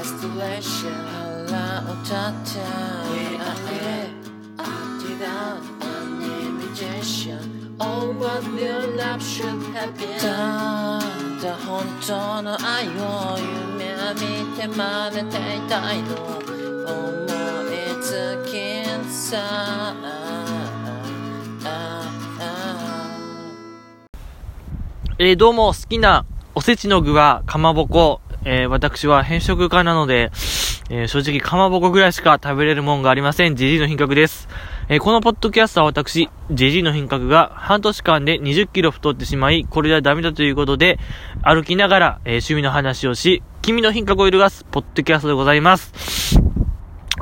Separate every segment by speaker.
Speaker 1: Delicious 腹を立ってあえあ違う何に満ちし Oh what new love should have been ただ本当の愛を夢見て真似ていたいの思いつきさ
Speaker 2: えーどうも、好きなおせちの具はかまぼこ。えー私は偏食家なので、えー正直かまぼこぐらいしか食べれるもんがありません。ジジイの品格です。えーこのポッドキャストは私、ジジイの品格が半年間で20キロ太ってしまい、これではダメだということで、歩きながら、えー趣味の話をし、君の品格を揺るがすポッドキャストでございます。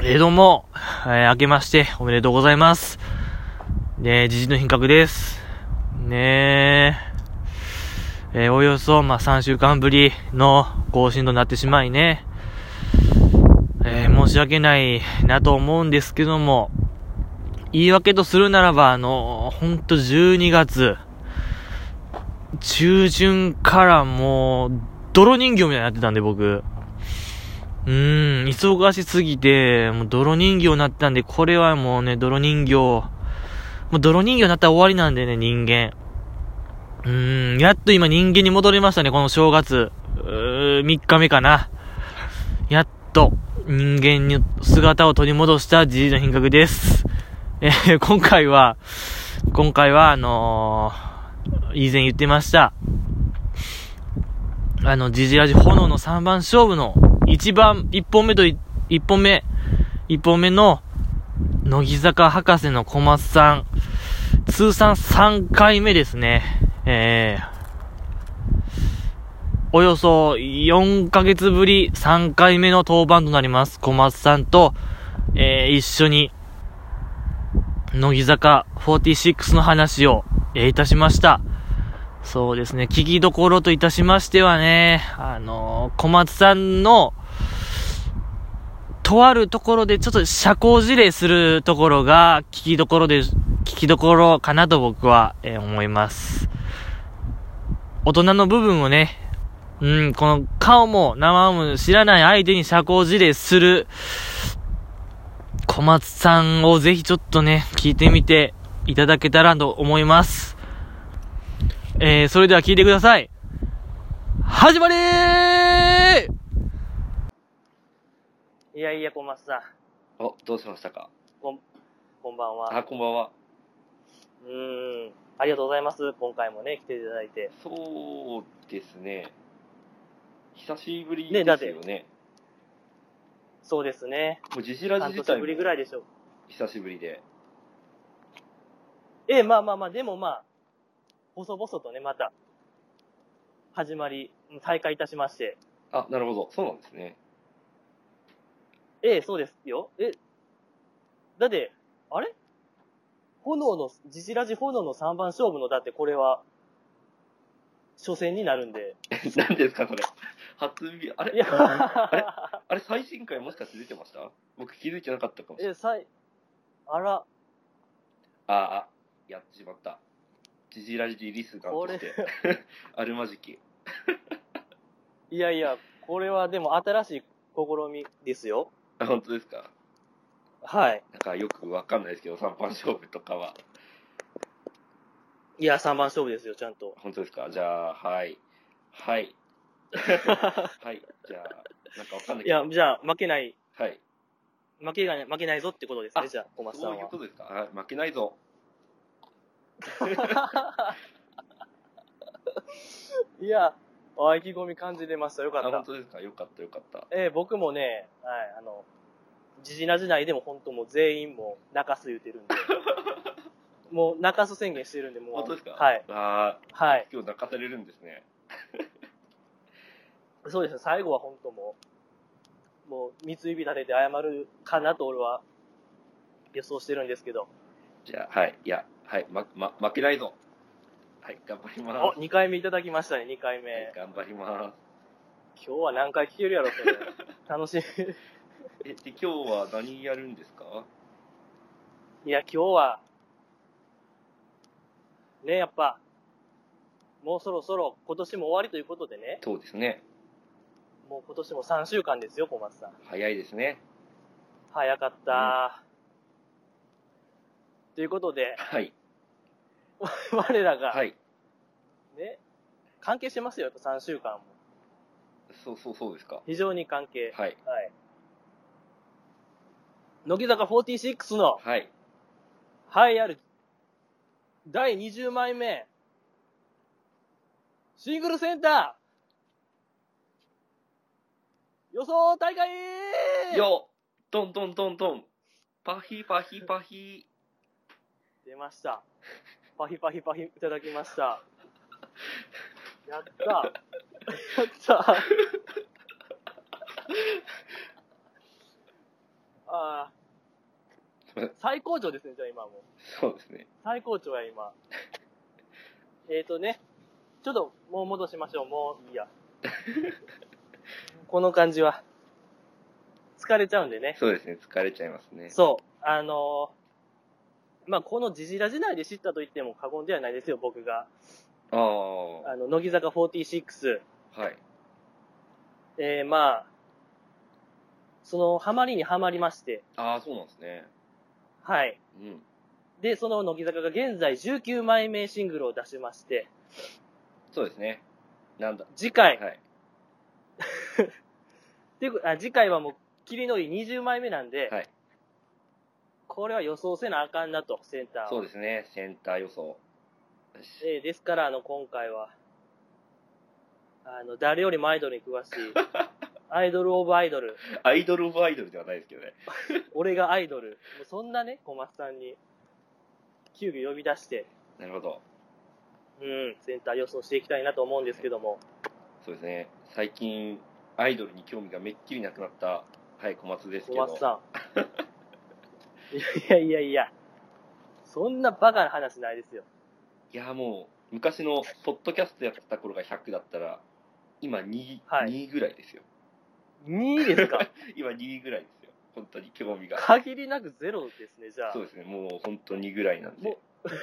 Speaker 2: えーどうも、えー明けましておめでとうございます。ねえ、ジジイの品格です。ねえ。えーおよそ、まあ、3週間ぶりの更新となってしまいね、えー申し訳ないなと思うんですけども、言い訳とするならば、あの、ほんと12月、中旬からもう、泥人形みたいになってたんで、僕。うーん、忙しすぎて、もう泥人形になってたんで、これはもうね、泥人形、もう泥人形になったら終わりなんでね、人間。うーん、やっと今人間に戻りましたね、この正月。うー3日目かな。やっと人間に姿を取り戻したじじいの品格です。え ー今回は、今回はあのー以前言ってました。あの、じじラジ炎の3番勝負の1番、1本目とい、1本目、1本目の、乃木坂博士の小松さん、通算3回目ですね。えーおよそ4ヶ月ぶり3回目の登板となります。小松さんと、えー一緒に、乃木坂46の話を、えーいたしました。そうですね、聞きどころといたしましてはね、あのー小松さんの、とあるところでちょっと社交辞令するところが聞きどころで、聞きどころかなと僕は、えー思います。大人の部分をね、うん、この顔も名前も知らない相手に社交辞令する小松さんをぜひちょっとね、聞いてみていただけたらと思います。えー、それでは聞いてください。始まりーいやいや、小松さん、
Speaker 3: お、どうしましたか
Speaker 2: こん、こんばん
Speaker 3: あ、
Speaker 2: は。
Speaker 3: こんばんは。
Speaker 2: うーん、ありがとうございます。今回もね、来ていただいて。
Speaker 3: そうですね。久しぶり
Speaker 2: ね
Speaker 3: で
Speaker 2: だっ
Speaker 3: す
Speaker 2: て
Speaker 3: よね。
Speaker 2: そうですね。
Speaker 3: もうジジラ
Speaker 2: 半
Speaker 3: ジ自
Speaker 2: 年
Speaker 3: 体
Speaker 2: ぶ
Speaker 3: も
Speaker 2: りぐらいでしょう。
Speaker 3: 久しぶりで。
Speaker 2: ええ、まあまあまあ、でもまあ、細々とね、また、始まり、うん再開いたしまして。
Speaker 3: あ、なるほど。そうなんですね。
Speaker 2: ええ、そうですよ。え、だって、あれ炎の、ジジラジ炎の3番勝負の、だってこれは、初戦になるんで。
Speaker 3: 何ですか、これ。初見、あ
Speaker 2: い
Speaker 3: れ
Speaker 2: や、
Speaker 3: あれ、最新回もしかして出てました僕気づいてなかったかもしれな い。
Speaker 2: え、さい、あら、
Speaker 3: ああ、やってしまった。ジジラジリスナーとして。 あるまじき。
Speaker 2: いやいや、これはでも新しい試みですよ。
Speaker 3: あ、本当ですか
Speaker 2: はい。
Speaker 3: なんかよくわかんないですけど、三番勝負とかは。
Speaker 2: いや、3番勝負ですよ、ちゃんと。
Speaker 3: 本当ですかじゃあ、はい。 はい。はい。じゃあ、なんかわかんない
Speaker 2: い
Speaker 3: けど。
Speaker 2: や、じゃあ、負けない、
Speaker 3: はい。
Speaker 2: 負けがない、負けないぞってことですね、
Speaker 3: あ
Speaker 2: じゃあ、小松さ
Speaker 3: そうんいう
Speaker 2: は
Speaker 3: こ。とですかはい負けないぞ。
Speaker 2: いや、あ意気込み感じれました。よ
Speaker 3: あ、
Speaker 2: かっ
Speaker 3: 本
Speaker 2: た。
Speaker 3: 当ですかよかったよかった。
Speaker 2: えー僕もね、はい、あの、ジジナ時代でも本当もう全員もう中洲言うてるん で、もう中洲宣言してるんで、もう。
Speaker 3: 本当ですか
Speaker 2: はい。。
Speaker 3: ああ、
Speaker 2: はい。
Speaker 3: 今日泣かされるんですね。
Speaker 2: そうですね、最後は本当もう、もう三つ指立てて謝るかなと俺は予想してるんですけど。
Speaker 3: じゃあ、はい。いや、はい。ま、ま、負けないぞ。はい、頑張ります。
Speaker 2: お、2回目いただきましたね、2回目。
Speaker 3: はい、頑張りま
Speaker 2: 今日は何回聞けるやろ、 それ。楽し
Speaker 3: す。え、で、今日は何やるんですか
Speaker 2: み。いや、今日は、ね、やっぱ、もうそろそろ今年も終わりということでね、
Speaker 3: そうですね。
Speaker 2: もう今年も3週間ですよ、小松さん。
Speaker 3: 早いですね。
Speaker 2: 早かった、ということで、
Speaker 3: はい。
Speaker 2: 我らが、
Speaker 3: はい。
Speaker 2: ね、関係してますよ、3週間も。
Speaker 3: そうそうそうですか。
Speaker 2: 非常に関係。
Speaker 3: はい。
Speaker 2: はい。乃木坂46の
Speaker 3: はい。
Speaker 2: 栄えある第20枚目シングルセンター予想大会
Speaker 3: よトントントントン。パヒパヒパヒ。
Speaker 2: 出ました。パヒパヒパヒいただきました。やった。やった。あー最高潮ですね、じゃあ今もう。
Speaker 3: そうですね。
Speaker 2: 最高潮や今。 えっ、ー、とね、ちょっともう戻しましょう。もういいや。この感じは。疲れちゃうんでね。
Speaker 3: そうですね。疲れちゃいますね。
Speaker 2: そう。あのーまあ、このジジラ時代で知ったと言っても過言ではないですよ、僕が。
Speaker 3: ああ。は
Speaker 2: あの、乃木坂46。
Speaker 3: い。
Speaker 2: えー、まあ、その、ハマりにはまりまして。
Speaker 3: ああ、そうなんですね。
Speaker 2: はい。
Speaker 3: うん。
Speaker 2: で、その乃木坂が現在19枚目シングルを出しまして、
Speaker 3: そうですね。なんだ。
Speaker 2: 次回、
Speaker 3: はい。
Speaker 2: っていうあ次回はもう、霧のいい20枚目なんで、
Speaker 3: はい
Speaker 2: これは予想せなあかんなと、センターは
Speaker 3: そうですね。センター予想。よし
Speaker 2: えーですから、あの、今回は、あの、誰よりもアイドルに詳し い、アイドルオブアイドル、
Speaker 3: アイドルオブアイドルではないですけどね。
Speaker 2: 俺がアイドル、もうそんなね、小松さんに、急遽呼び出して、
Speaker 3: なるほど。
Speaker 2: うん、センター予想していきたいなと思うんですけども、
Speaker 3: そうですね。最近、アイドルに興味がめっきりなくなった、はい、小松です
Speaker 2: 小
Speaker 3: けど。
Speaker 2: 松さん。いやいやいや、そんなバカな話ないですよ。
Speaker 3: いや、もう、昔の、ポッドキャストやってた頃が100だったら、今2、
Speaker 2: はい
Speaker 3: 2ぐらいですよ。
Speaker 2: 2位ですか
Speaker 3: 今2ぐらいですよ。本当に興味が。
Speaker 2: 限りなくゼロですね、じゃあ
Speaker 3: そう。ですね。もう本当にぐらいなん
Speaker 2: もう
Speaker 3: で。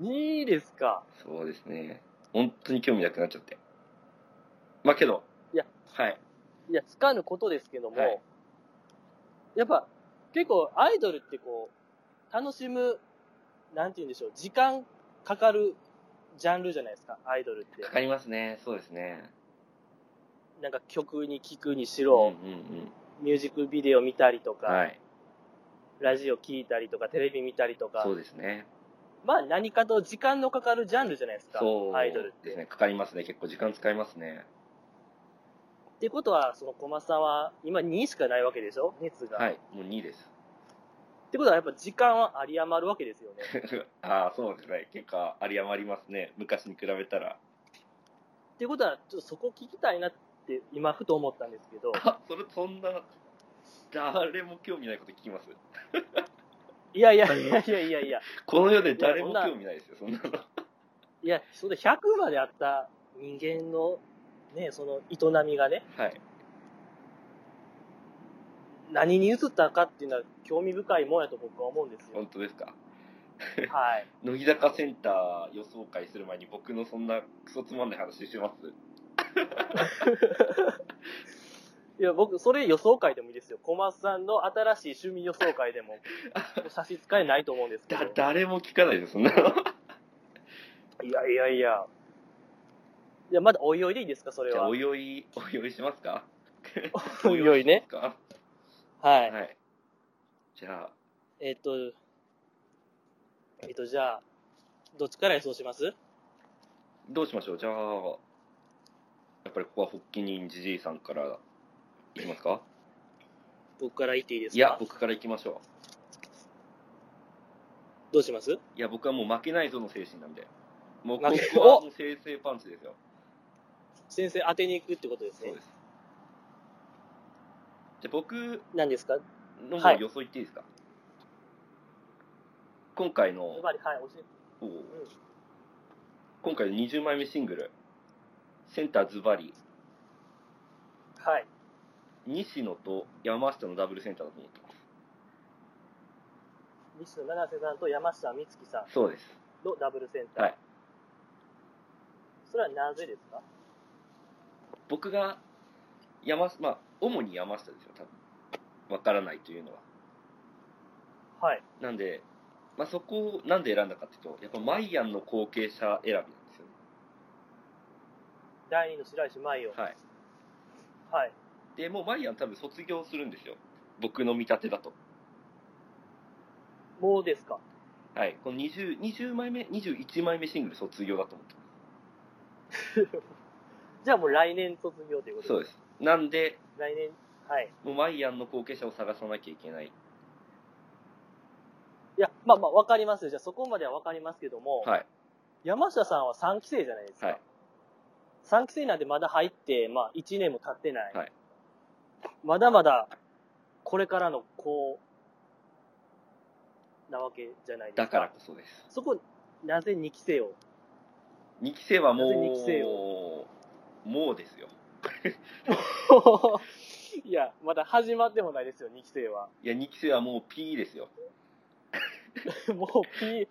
Speaker 2: 2位ですか。
Speaker 3: そうですね。本当に興味なくなっちゃって。まあけど、
Speaker 2: いや、
Speaker 3: はい。
Speaker 2: いや、つかぬことですけども、
Speaker 3: はい
Speaker 2: やっぱ、結構アイドルってこう、楽しむ、なんて言うんでしょう、時間かかるジャンルじゃないですか、アイドルって
Speaker 3: か。かりますね。そうですね。
Speaker 2: なんか曲に聴くにしろ、
Speaker 3: うんうん
Speaker 2: ミュージックビデオ見たりと
Speaker 3: う
Speaker 2: か、
Speaker 3: ん。はい。
Speaker 2: ラジオ聴いたりとか、テレビ見たりとか
Speaker 3: そ、うですね。
Speaker 2: まあ何かと時間のかかるジャンルじゃないですか
Speaker 3: そ、う
Speaker 2: アイドルって。
Speaker 3: ですね。かかりますね。結構時間使いますね。
Speaker 2: ってことは、その小松さんは今2しかないわけでしょ熱が。
Speaker 3: はい。もう2です。
Speaker 2: ってことはやっぱ時間は有り余るわけですよ ね。
Speaker 3: ああ、そうですね。結構あり余りますね。昔に比べたら。
Speaker 2: ってことは、ちょっとそこ聞きたいなって今ふと思ったんです けど、
Speaker 3: あ、それ、そんな、誰も興味ないこと聞きます。
Speaker 2: いやいやいやいやいやいや、
Speaker 3: この世で誰も
Speaker 2: いやそんな
Speaker 3: 興味ないですよ。そんなの。
Speaker 2: いや、それ100まであった人間のね、その営みがね、
Speaker 3: はい。
Speaker 2: 何に移ったかっていうのは興味深いもんやと僕は思うんですよ
Speaker 3: 本。当ですか。
Speaker 2: はい。
Speaker 3: 乃木坂センター予想会する前に僕のそんなクソつまんない話します
Speaker 2: いや、僕、それ予想会でもいいですよ。小松さんの新しい趣味予想会で も差し支えないと思うんですけど。
Speaker 3: だ誰も聞かないですそんなの
Speaker 2: いやいやいや。いや、まだおいおいでいいですか、それ
Speaker 3: じゃ
Speaker 2: は。
Speaker 3: あ
Speaker 2: お
Speaker 3: お
Speaker 2: い
Speaker 3: いおいおいおいしますか
Speaker 2: おいね。
Speaker 3: します
Speaker 2: は
Speaker 3: か
Speaker 2: い。
Speaker 3: はいじゃあ
Speaker 2: えっと、えっと、じゃあ、どっちから予想します
Speaker 3: どうしましょうじゃあやっぱりここは発起人じじいさんからいきますか
Speaker 2: 僕から言っていいですか
Speaker 3: いや僕からいきましょ
Speaker 2: どうします
Speaker 3: ういや僕はもう負けないぞの精神なんでもうこ
Speaker 2: 負け
Speaker 3: こはもう生成パンチですよ
Speaker 2: 先生当てに行くってことです
Speaker 3: そう
Speaker 2: ね
Speaker 3: で。すじゃあ僕
Speaker 2: 何ですか
Speaker 3: のも
Speaker 2: は
Speaker 3: う
Speaker 2: い
Speaker 3: 予想言っていいですか、今回の
Speaker 2: ズバリ、はい、教えて。
Speaker 3: おう今回の20枚目シングル「センターズバリ
Speaker 2: はい。」
Speaker 3: 西野と山下のダブルセンターだと思ってま
Speaker 2: 西野七瀬さんと山下美月さ
Speaker 3: すそうです
Speaker 2: んのダブルセンター。
Speaker 3: はい
Speaker 2: それはなぜですか
Speaker 3: 僕が山まあ主に山下ですよ多分わからないというのは
Speaker 2: はい。
Speaker 3: なんで、まあ、そこをなんで選んだかっていうとやっぱマイアンの後継者選びなんですよ
Speaker 2: 第二の白石麻衣を。
Speaker 3: ねはい
Speaker 2: はい。
Speaker 3: でもうマイアン多分卒業するんですよ僕の見立てだと
Speaker 2: もうですか。
Speaker 3: はいこの 20, 20枚目21枚目シングル卒業だと思ってま
Speaker 2: じゃあもう来年卒業というこ
Speaker 3: す
Speaker 2: と
Speaker 3: そうですなんで
Speaker 2: 来年、はい。
Speaker 3: もうマイアンの後継者を探さなきゃいけない
Speaker 2: いや、まあまあ、わかりますよ。じゃあそこまではわかりますけども、
Speaker 3: はい
Speaker 2: 山下さんは3期生じゃないですか。
Speaker 3: はい
Speaker 2: 3期生なんてまだ入って、まあ、1年も経ってない。
Speaker 3: はい
Speaker 2: まだまだ、これからの子、なわけじゃないですか。
Speaker 3: だからこそです
Speaker 2: そこ、なぜ2期生 を
Speaker 3: 2期生はも
Speaker 2: な
Speaker 3: う
Speaker 2: ぜ二期生
Speaker 3: もうですよ
Speaker 2: いや、まだ始まってもないですよ、2期生は。
Speaker 3: いや2期生はもう P ですよ
Speaker 2: もう P、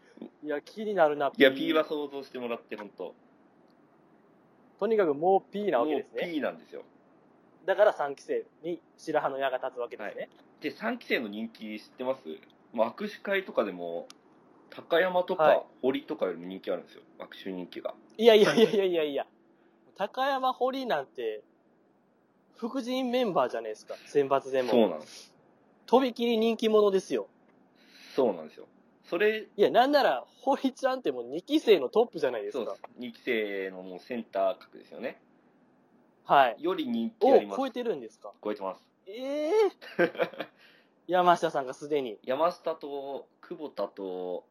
Speaker 2: いや、気になるな、
Speaker 3: いや P は想像してもらって本当
Speaker 2: とにかくもう P なわけ
Speaker 3: もう
Speaker 2: ですね。
Speaker 3: P なんですよ
Speaker 2: だから3期生に白羽の矢が立つわけですね。
Speaker 3: で3期生の人気知ってます、まあ、握手会とかでも高山と
Speaker 2: は
Speaker 3: か
Speaker 2: い
Speaker 3: 堀とかよりも人気あるんですよ、握手人気が
Speaker 2: い、やいやいやいやいやいや。高山堀なんて、副陣メンバーじゃないですか、選抜で
Speaker 3: そう
Speaker 2: も。
Speaker 3: なんです
Speaker 2: とびきり人気者ですよ。
Speaker 3: そうなんですよそれ
Speaker 2: いや、なんなら、堀ちゃんってもう2期生のトップじゃないです
Speaker 3: そうで
Speaker 2: か
Speaker 3: す。2期生のもうセンター格ですよね
Speaker 2: はい。
Speaker 3: より人気あ
Speaker 2: を
Speaker 3: ります
Speaker 2: 超えてるんですか
Speaker 3: 超えてます
Speaker 2: ええ 山下さんがすでに。
Speaker 3: 山下と久保田と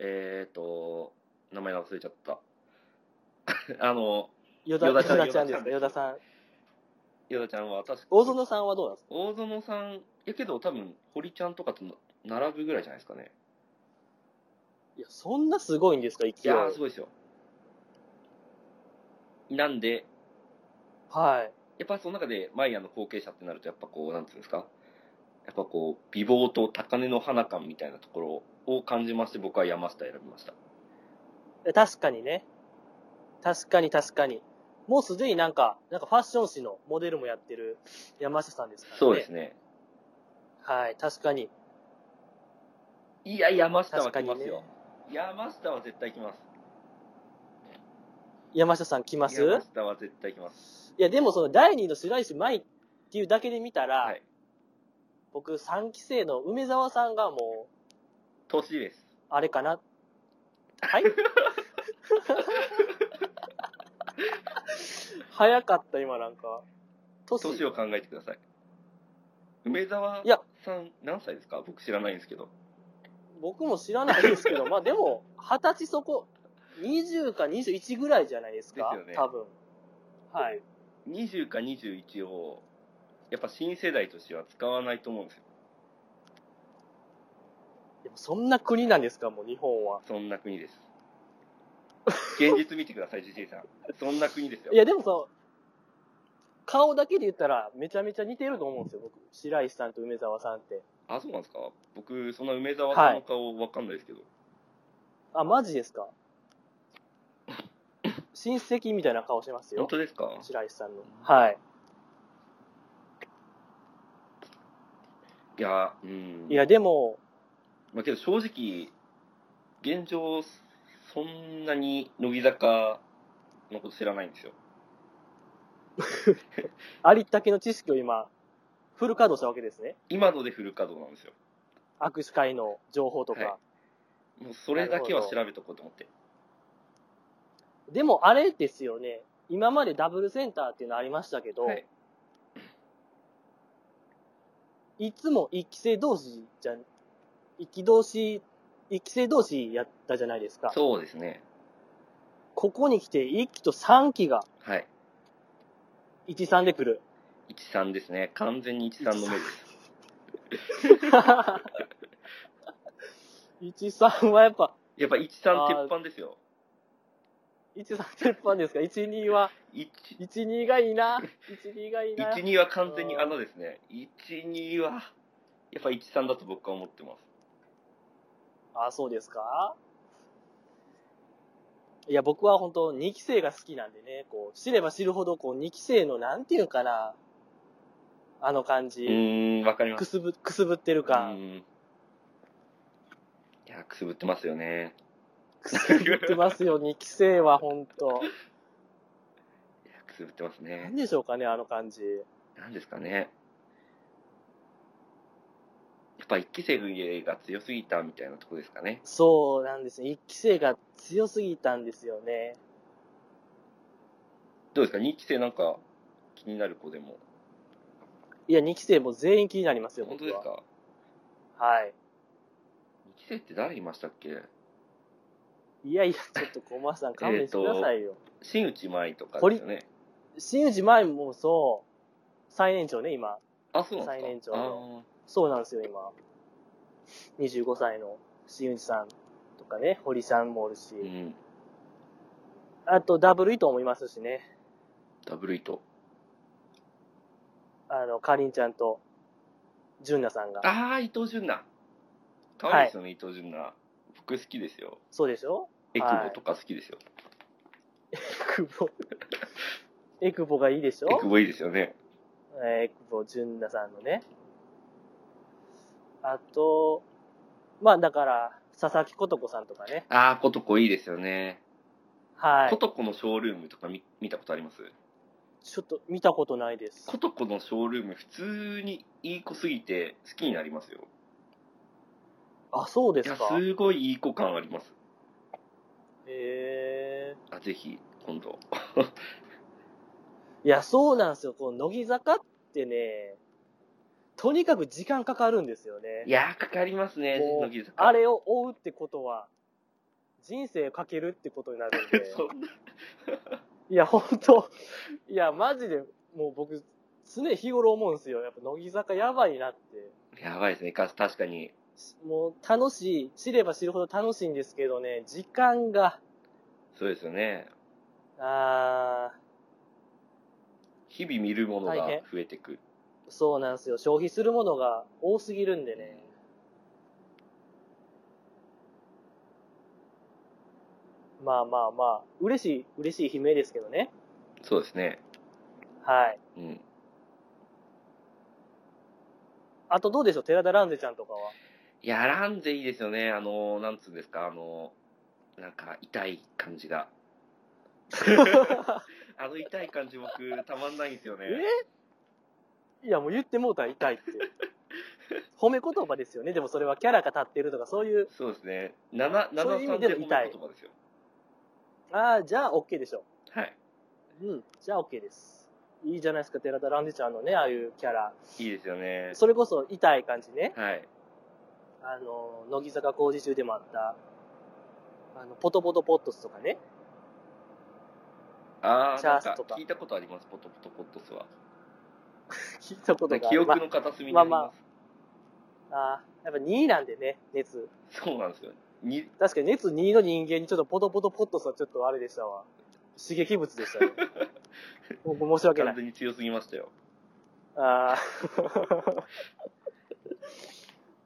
Speaker 3: えっ、ー、と名前忘れちゃった あの
Speaker 2: よだ、
Speaker 3: よ
Speaker 2: よ
Speaker 3: だ
Speaker 2: だ
Speaker 3: ちゃん
Speaker 2: ちゃんですか、よださん。
Speaker 3: ヨダちゃんは確か
Speaker 2: 大園さんはどうなんですか
Speaker 3: 大園さんやけど多分堀ちゃんとかと並ぶぐらいじゃないですかね
Speaker 2: いや、そんなすごいんですか、勢い。
Speaker 3: いやーすごいですよなんで
Speaker 2: はい。
Speaker 3: やっぱその中でマイヤーの後継者ってなるとやっぱこうなんていうんですかやっぱこう美貌と高嶺の花感みたいなところを感じまして僕は山下選びました
Speaker 2: え確かにね。確かに確かに。もうすでになんか、なんかファッション誌のモデルもやってる山下さんですからね。
Speaker 3: そうです
Speaker 2: ね。
Speaker 3: ね
Speaker 2: はい、確かに。
Speaker 3: いや山下は
Speaker 2: 確か
Speaker 3: 来
Speaker 2: に
Speaker 3: ま
Speaker 2: ね
Speaker 3: すよ、山下は絶対来ます
Speaker 2: 山下さん来ます
Speaker 3: 山下は絶対来ます
Speaker 2: いや、でもその第二の白石舞っていうだけで見たら、
Speaker 3: はい
Speaker 2: 僕3期生の梅沢さんがもう、
Speaker 3: 年です
Speaker 2: あれかな。 はい早かった、今なんか。年
Speaker 3: 年を考えてください梅沢
Speaker 2: いや
Speaker 3: さん何歳ですか僕知らないんですけど
Speaker 2: 僕も知らないですけど、まあでも、二十歳そこ、20か21ぐらいじゃないですか、
Speaker 3: ですよね
Speaker 2: 多分。はい。
Speaker 3: 20か21をやっぱ新世代としては使わないと思うんですよ
Speaker 2: でもそんな国なんですか、もう日本は。
Speaker 3: そんな 国です現実見てくださいジジイさんそんな国ですよ
Speaker 2: いや、でもさ、顔だけで言ったら、めちゃめちゃ似てると思うんですよ、僕。白石さんと梅沢さんって。
Speaker 3: あそうなんですか僕そんな梅沢さんの顔わかんないですけど、
Speaker 2: あ、マジですか。親戚みたいな顔してますよ
Speaker 3: 本。当ですか
Speaker 2: 白石さんの。はい。
Speaker 3: いやうん
Speaker 2: いや、でも、
Speaker 3: まあ、けど正直現状そんなに乃木坂のこと知らないんですよ
Speaker 2: ありったけの知識を今、フル稼働したわけですね。
Speaker 3: 今のでフル稼働なんですよ
Speaker 2: 握手会の情報とか。
Speaker 3: はいもうそれだけは調べとこうと思って
Speaker 2: でもあれですよね、今までダブルセンターっていうのありましたけど、
Speaker 3: はい
Speaker 2: い、つも一期生同士じゃ、一期同士、一期生同士やったじゃないですか。
Speaker 3: そうですね
Speaker 2: ここに来て一期と三期が
Speaker 3: はい
Speaker 2: 一三で来る。
Speaker 3: 13ですね完全に13の目です
Speaker 2: 一三はやっぱ、
Speaker 3: やっぱ13鉄板ですよ
Speaker 2: 一三鉄板ですか一二は、
Speaker 3: 1
Speaker 2: 一二がいいな。一二がいいな。
Speaker 3: 12は完全に穴ですね12はやっぱ13だと僕は思ってます
Speaker 2: あ、そうですかいや、僕は本当2期生が好きなんでね、こう、知れば知るほど、こう、2期生の、なんていうんかな、あの感
Speaker 3: う
Speaker 2: じ、
Speaker 3: ーん、わかりま
Speaker 2: く
Speaker 3: す。
Speaker 2: すぶ、くすぶってる
Speaker 3: う
Speaker 2: 感、
Speaker 3: んいや、くすぶってますよね。
Speaker 2: くすぶってますよ、2期生は本当
Speaker 3: いや、くすぶってます
Speaker 2: なん
Speaker 3: ね。
Speaker 2: でしょうかね、あの感じ。
Speaker 3: なんですかね。やっぱ一期生が強すぎたみたいなとこですかね。
Speaker 2: そうなんですね。1期生が強すぎたんですよね。
Speaker 3: どうですか二期生なんか気になる子でも。
Speaker 2: いや、2期生も全員気になりますよ、
Speaker 3: 本
Speaker 2: 僕
Speaker 3: 当
Speaker 2: は。
Speaker 3: ですか
Speaker 2: はい。
Speaker 3: 二期生って誰いましたっけ
Speaker 2: いやいや、ちょっと小松さん勘弁してくださいよ。
Speaker 3: 新内舞とかですよね。
Speaker 2: 新内前もそう、最年長ね、今。
Speaker 3: あ、そうなんですか
Speaker 2: 最年長
Speaker 3: あ
Speaker 2: のそうなんですよ、今。25歳の新内さんとかね、堀さんもおるし。
Speaker 3: ーうん。
Speaker 2: あと、ダブルイトもいますしね。
Speaker 3: ダブルイト。
Speaker 2: あの、かりんちゃんと、純奈さんが。
Speaker 3: あー、伊藤純奈。可愛いですよね、伊藤純奈。僕好きですよ。
Speaker 2: そうでしょ
Speaker 3: エクボとか好きですよ。
Speaker 2: エク ボ。エクボがいいでしょ
Speaker 3: エクボいいですよね。
Speaker 2: えー、エクボ・ジュンナさんのね。あと、まあだから、佐々木琴子さんとかね。
Speaker 3: あー、コトコいいですよね。
Speaker 2: は
Speaker 3: コ
Speaker 2: い。
Speaker 3: トコのショールームとか見見たことあります
Speaker 2: ちょっと見たことないです
Speaker 3: コ。トコのショールーム、普通にいい子すぎて好きになりますよ。
Speaker 2: あ、そうで
Speaker 3: い
Speaker 2: す
Speaker 3: や、
Speaker 2: か。
Speaker 3: すごいいい子感あります。
Speaker 2: へえ
Speaker 3: あ、ぜひ、今度。
Speaker 2: ー。いや、そうなんですよ。こう、乃木坂ってね、とにかく時間かかるんですよね。
Speaker 3: いやー、かかりますね、
Speaker 2: もう
Speaker 3: 乃木坂。。
Speaker 2: あれを追うってことは、人生かけるってことになるん で
Speaker 3: そんない
Speaker 2: や、本当いや、マジで、もう僕、常日頃思うんですよ。やっぱ乃木坂やばいなって。
Speaker 3: やばいですね、か確かに。
Speaker 2: もう楽しい、知れば知るほど楽しいんですけどね、時間が、
Speaker 3: そうですよね。
Speaker 2: あ
Speaker 3: 日々見るものが
Speaker 2: 大変
Speaker 3: 増えてく。
Speaker 2: ー、そうなんですよ。消費するものが多すぎるんでね。まあまあまあ、嬉しい、嬉しい悲鳴ですけどね。
Speaker 3: そうですね。
Speaker 2: はい。
Speaker 3: うん。
Speaker 2: あとどうでしょう寺田蘭世ちゃんとかは。
Speaker 3: いや、ランゼいいですよね。あのー、なんつうんですか、あのー、なんか、痛い感 じが。あの痛い感じ、僕、たまんないんですよね。
Speaker 2: えいや、もう言ってもうたら 痛いって。褒め言葉ですよね。でもそれはキャラが立ってるとか、そういう、
Speaker 3: そうですね。7、
Speaker 2: そういう意味での
Speaker 3: 7、3
Speaker 2: 痛い
Speaker 3: 言葉ですよ。
Speaker 2: ああ、じゃあ OK でしょ
Speaker 3: はい。
Speaker 2: う。うん、じゃあ OK です。いいじゃないですか、寺田蘭世ちゃんのね、ああいうキャラ。
Speaker 3: いいですよね。
Speaker 2: それこそ痛い感じね。
Speaker 3: はい。
Speaker 2: あの、乃木坂工事中でもあった、あの、ポトポトポットスとかね。
Speaker 3: あー、
Speaker 2: チャ
Speaker 3: なん
Speaker 2: ース
Speaker 3: か
Speaker 2: とか
Speaker 3: 聞いたことあります、ポトポトポットスは。
Speaker 2: 聞いたことがあ
Speaker 3: 記
Speaker 2: る。
Speaker 3: 憶
Speaker 2: ま
Speaker 3: の片隅にあり
Speaker 2: まあま
Speaker 3: ま
Speaker 2: あ
Speaker 3: す。
Speaker 2: あーやっぱ2位なんでね、熱。
Speaker 3: そうなんですよ。に
Speaker 2: 確かに熱2位の人間にちょっとポトポトポットスはちょっとあれでしたわ。刺激物でしたね。もう申し訳な
Speaker 3: 完
Speaker 2: い。
Speaker 3: 全に強すぎましたよ。
Speaker 2: あー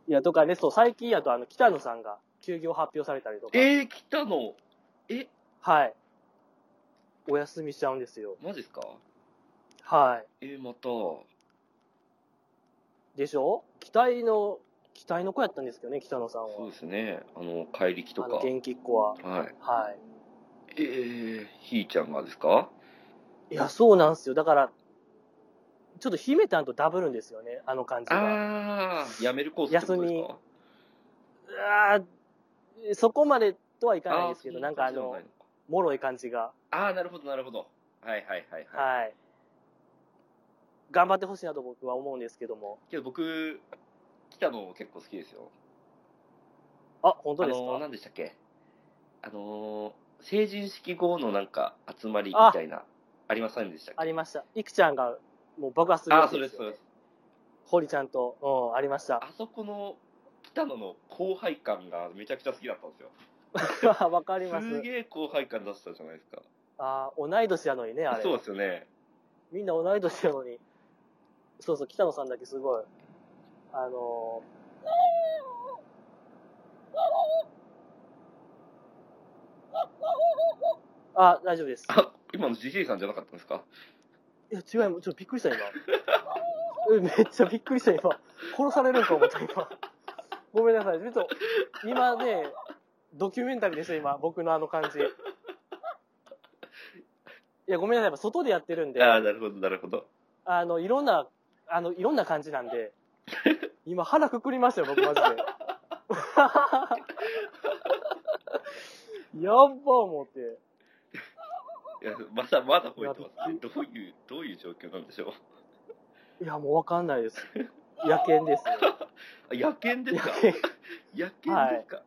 Speaker 2: いや、とかね、そう、最近やとあの、北野さんが休業発表されたりとか。
Speaker 3: えー、来たのえ、
Speaker 2: はい。お休みしちゃうんですよ。
Speaker 3: マジですか
Speaker 2: はい。
Speaker 3: えー、また。
Speaker 2: でしょ期待の、期待の子やったんですけどね、北野さんは。
Speaker 3: そうですね。あの、怪力と
Speaker 2: あの、
Speaker 3: か。
Speaker 2: 元気っ子は。
Speaker 3: はい。
Speaker 2: は
Speaker 3: えー、ひーちゃんがですか
Speaker 2: い。いや、そうなんですよ。だから、ちょっと姫たんとダブるんですよね、あの感じが。
Speaker 3: あー、やめるコースってことですか
Speaker 2: あーそこまでとはいかないですけ
Speaker 3: あ
Speaker 2: ど、
Speaker 3: ー
Speaker 2: なんかあ
Speaker 3: そうい
Speaker 2: の
Speaker 3: う感じではない、か
Speaker 2: 脆い感じが。
Speaker 3: あー、なるほど、なるほど。はいはいはいはい。
Speaker 2: はい。頑張ってほしいなと僕は思うんですけども。
Speaker 3: けど僕、北野結構好きですよ。
Speaker 2: あ、本当
Speaker 3: あ
Speaker 2: です
Speaker 3: のー、
Speaker 2: か
Speaker 3: 何でしたっけあのー、成人式後のなんか集まりみたいな、ありませんでしたっ
Speaker 2: あ
Speaker 3: け
Speaker 2: りました。いくちゃんがもう爆発する
Speaker 3: あ
Speaker 2: や
Speaker 3: あ、
Speaker 2: つ
Speaker 3: そうです、
Speaker 2: よ
Speaker 3: そうです。
Speaker 2: 堀ちゃんと、うん、ありました。
Speaker 3: あそこの北野の後輩感がめちゃくちゃ好きだったんですよ。
Speaker 2: わかります。
Speaker 3: すげえ後輩感出したじゃないですか。
Speaker 2: あー同い年やのにね、あれ。
Speaker 3: そうですよね。
Speaker 2: みんな同い年やのに。そうそう、北野さんだけすごい。あのーあ、大丈夫です。
Speaker 3: あ、今のジジイさんじゃなかったんですか
Speaker 2: いや、違う、ちょっとびっくりした、今。えめっちゃびっくりした、今。殺されるんか思った、今。ごめんなさい。ちょっと、今ね、ドキュメンタリーでした、今。僕のあの感じ。いや、ごめんなさい。やっぱ外でやってるんで、
Speaker 3: ああ、
Speaker 2: あ
Speaker 3: なるほど、なるほど。
Speaker 2: の、いろんな、あの、いろんな感じなん で、今腹くくりましたよ、僕マジで。やっば、思って。
Speaker 3: いや、まだまだ吠えてますね。どういう、どういう状況なんでしょう。
Speaker 2: いや、もうわかんないです。野犬ですね。
Speaker 3: あ野犬ですか
Speaker 2: 野犬
Speaker 3: 野犬ですか、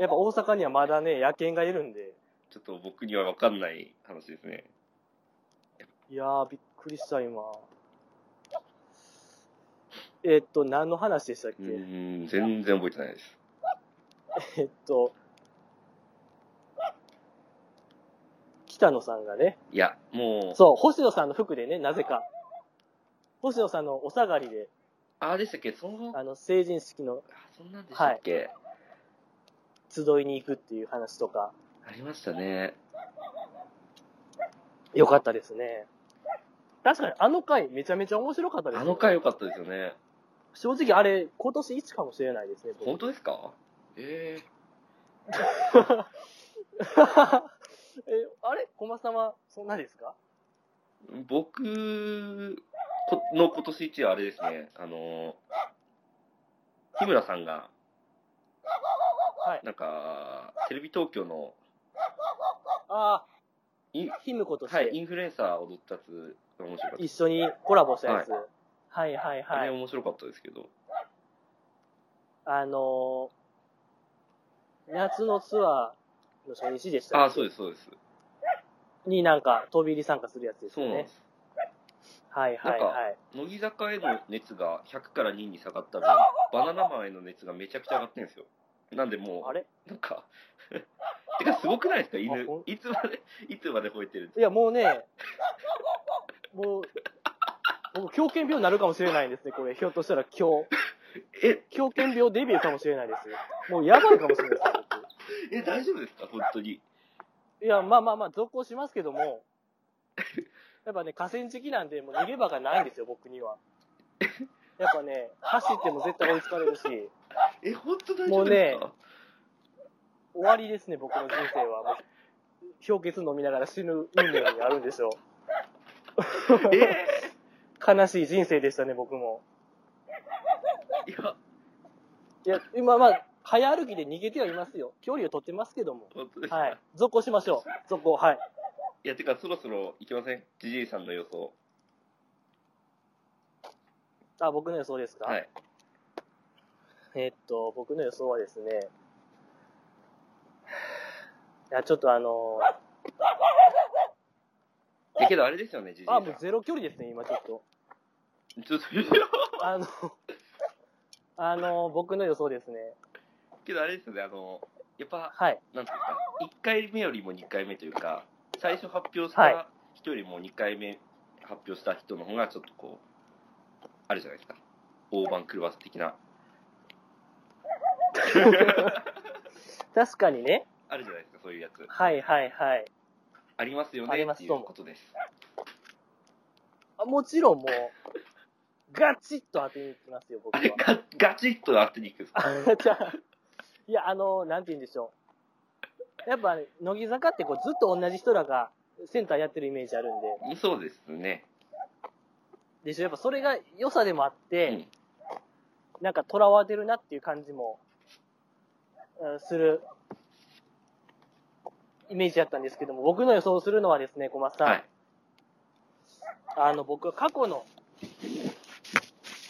Speaker 2: やっぱ大阪にはまだね、野犬がいるんで。
Speaker 3: ちょっと僕には分かんない話ですね。
Speaker 2: いやー、びっくりした、今。えっと、何の話でしたっ
Speaker 3: う
Speaker 2: け、
Speaker 3: ーん、全然覚えてないです。
Speaker 2: えっと、北野さんがね、
Speaker 3: いや、もう、
Speaker 2: そう、星野さんの服でね、なぜか。星野さんのお下がりで、
Speaker 3: あれでしたっけその、あ
Speaker 2: あの、成人式の
Speaker 3: そんなんでしたっけ、
Speaker 2: 集いに行くっていう話とか、
Speaker 3: ありましたね。
Speaker 2: よかったですね。確かに、あの回、めちゃめちゃ面白かったです、
Speaker 3: あの回良かったですよね。
Speaker 2: 正直、あれ、今年一かもしれないですね、僕
Speaker 3: 本当ですかえ
Speaker 2: え、あれ小松様、そんなですか
Speaker 3: え僕この今年一はあれですね、あの、日村さんが、
Speaker 2: はい。
Speaker 3: なんか、テレビ東京の
Speaker 2: あ
Speaker 3: い
Speaker 2: あ、ひむことし
Speaker 3: はい、イ
Speaker 2: て、
Speaker 3: ンフルエンサー踊ったやつが面白かった。
Speaker 2: 一緒にコラボしたやつ。はい、はい、
Speaker 3: あ
Speaker 2: はい
Speaker 3: れ。面白かったですけど。
Speaker 2: あのー夏のツアーの初日でしたっ
Speaker 3: ああ、
Speaker 2: け
Speaker 3: そうです、そうです。
Speaker 2: になんか、飛び入り参加するやつです
Speaker 3: そう
Speaker 2: よ
Speaker 3: なんで
Speaker 2: ね。
Speaker 3: す。
Speaker 2: はい、はい、はい。
Speaker 3: 乃木坂への熱が100から2に下がった分、バナナマンへの熱がめちゃくちゃ上がってるんですよ。なんでも
Speaker 2: あれ
Speaker 3: う、なんか、 てかすごくないですか犬
Speaker 2: あほん。
Speaker 3: いつまで、いつまで吠えてる
Speaker 2: いや、 もうね、もう、僕、狂犬病になるかもしれないんですね、これ。ひょっとしたら今日。
Speaker 3: え、
Speaker 2: 狂犬病デビューかもしれないですよ。もうやばいかもしれないですよ、僕。
Speaker 3: え、大丈夫ですか本当に。
Speaker 2: いや、まあまあまあ、続行しますけども、やっぱね、河川敷なんで、もう逃げ場がないんですよ、僕には。やっぱね、走っても絶対追いつかれるし、終
Speaker 3: え、本当大丈夫ですか、
Speaker 2: わりですね、僕の人生は。もう氷結飲みながら死ぬ運命にあるんでしょう。
Speaker 3: え
Speaker 2: 悲しい人生でしたね、僕も。
Speaker 3: ー、いや、
Speaker 2: いや、今まあ、早歩きで逃げてはいますよ。距離を取ってますけども。
Speaker 3: 本当ですか、
Speaker 2: はいい。、続行しましょう。続行、はい。
Speaker 3: や、てかそろそろ行きませんジジイさんの予想。
Speaker 2: あ、僕の予想ですか
Speaker 3: はい。
Speaker 2: えーっと、僕の予想はですね、いや、ちょっとあの
Speaker 3: だけどあれですよね、ジジイ
Speaker 2: ー、
Speaker 3: さ
Speaker 2: あ、
Speaker 3: ん。
Speaker 2: もうゼロ距離ですね、今ちょっと。
Speaker 3: ちょっと、
Speaker 2: あの、あのー、僕の予想ですね。
Speaker 3: けどあれですよね、あの、やっぱ、
Speaker 2: はい。
Speaker 3: なんていうんですか、1回目よりも2回目というか、最初発表し
Speaker 2: はい
Speaker 3: た人よりも2回目発表した人の方が、ちょっとこう、あるじゃないですか、大盤狂わす的な、
Speaker 2: 確かにね。
Speaker 3: あるじゃないですか、そういうやつ。
Speaker 2: はいはいはい。
Speaker 3: ありますよ
Speaker 2: あ
Speaker 3: ね
Speaker 2: り
Speaker 3: っ
Speaker 2: ま
Speaker 3: て
Speaker 2: す
Speaker 3: いう
Speaker 2: とも
Speaker 3: ことです。
Speaker 2: あもちろんもう、ガチッと当てに行きますよ、僕
Speaker 3: あ
Speaker 2: は。
Speaker 3: れ、ガガチッと当てにいくんですか
Speaker 2: あ じゃあいや、あのー、なんて言うんでしょう。やっぱ、乃木坂ってこうずっと同じ人らがセンターやってるイメージあるんで。
Speaker 3: そうですね。
Speaker 2: でしょやっぱそれが良さでもあって、
Speaker 3: うん
Speaker 2: なんか囚われてるなっていう感じも、うんする、イメージだったんですけども、僕の予想するのはですね、小松さん。
Speaker 3: はい。
Speaker 2: あの、僕は過去の、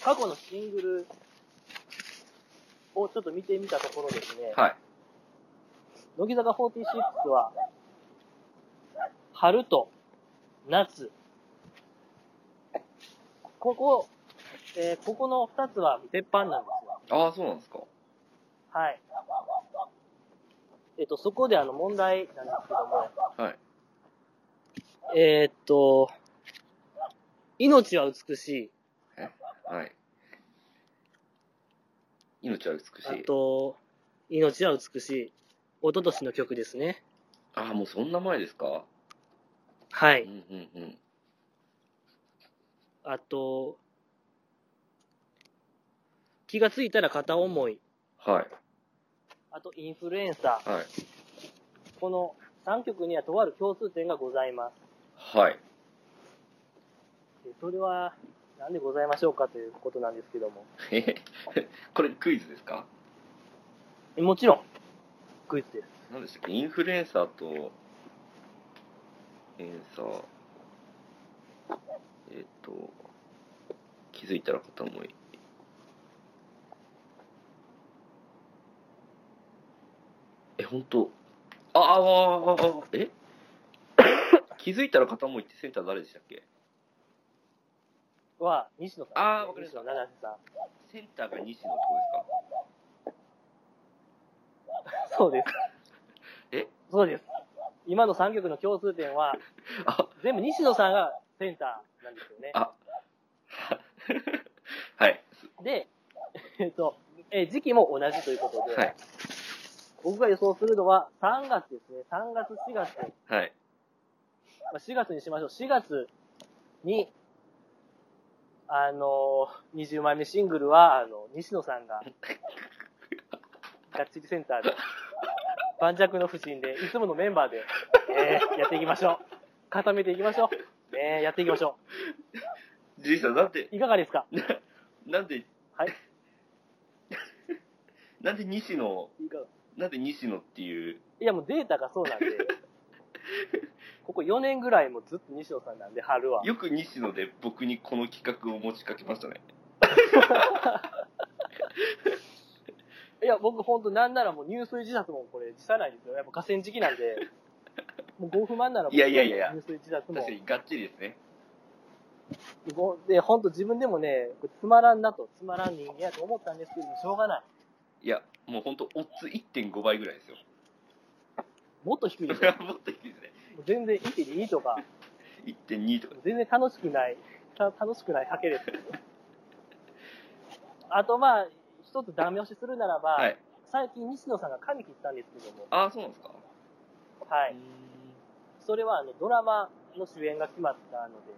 Speaker 2: 過去のシングルをちょっと見てみたところですね、
Speaker 3: はい。
Speaker 2: 乃木坂46は、春と夏。ここ、えーここの二つは鉄板なんですよ。
Speaker 3: ああ、そうなんですか。
Speaker 2: はい。えっと、そこであの問題なんですけども、
Speaker 3: はい。
Speaker 2: えーっと、命は美しい。
Speaker 3: はい。命は美し
Speaker 2: あ
Speaker 3: い。
Speaker 2: と、命は美しい。一昨年の曲ですね。
Speaker 3: ああ、もうそんな前ですか。
Speaker 2: は
Speaker 3: う
Speaker 2: い。
Speaker 3: んうんうん。
Speaker 2: あと、気がついたら片思い。
Speaker 3: はい。
Speaker 2: あと、インフルエンサ
Speaker 3: はい。
Speaker 2: ー。この3曲にはとある共通点がございます。
Speaker 3: はい。
Speaker 2: でそれは何でございましょうかということなんですけども。
Speaker 3: えへこれクイズですか
Speaker 2: もちろん、クイズです。
Speaker 3: 何でしたっけインフルエンサーと、エンサー、えっ、と、気づいたら片思い。え、本当あああああ、え 気づいたら片思いってセンター誰でしたっけ
Speaker 2: は、西野さん。
Speaker 3: あーわかりました
Speaker 2: 西野七瀬さん。
Speaker 3: センターが西野ってことですか
Speaker 2: そうです。
Speaker 3: え
Speaker 2: そうです。今の3曲の共通点は、
Speaker 3: あ
Speaker 2: 全部西野さんがセンターなんですよね。
Speaker 3: あ はい。
Speaker 2: で、えっと、えー時期も同じということで、
Speaker 3: はい。
Speaker 2: 僕が予想するのは3月ですね。3月、4月、
Speaker 3: はい。
Speaker 2: まあ、4月にしましょう。4月に、あのー、20枚目シングルは、あの、西野さんが、がっちりセンターで、盤石の不審で、いつものメンバーで、えーやっていきましょう。固めていきましょう。えーやっていきましょ
Speaker 3: じいさん、なんで
Speaker 2: う。、いかがですか
Speaker 3: なんで、
Speaker 2: はい。
Speaker 3: なんで西野、
Speaker 2: いかが
Speaker 3: なんで西野っていう、
Speaker 2: いや、もうデータがそうなんで、ここ4年ぐらいもずっと西野さんなんで、春は。
Speaker 3: よく西野で僕にこの企画を持ちかけましたね。
Speaker 2: いや、僕ほんとなんならもう入水自殺もこれ辞さないですよ。やっぱ河川敷なん で、もうご不満ならもう
Speaker 3: いやいやいやいや
Speaker 2: 入水自殺も
Speaker 3: 確か。にがっちりですね。
Speaker 2: ごで、ほんと自分でもね、これつまらんなと、つまらん人間やと思ったんですけども、しょうがない。
Speaker 3: いや、もう本当オッズ1.5倍ぐらいですよ。
Speaker 2: もっと低いで
Speaker 3: そ
Speaker 2: すよ
Speaker 3: れはもっといいですね。
Speaker 2: もう全然1.2とか、
Speaker 3: 1.2とか。
Speaker 2: 全然楽しくない、た楽しくない賭けです。あとまあ、一つダメ押しするならば、
Speaker 3: はい。
Speaker 2: 最近西野さんが髪切ったんですけども、
Speaker 3: ああ、そうなんですか。
Speaker 2: はいう
Speaker 3: ー。ん
Speaker 2: それはあのドラマの主演が決まったので、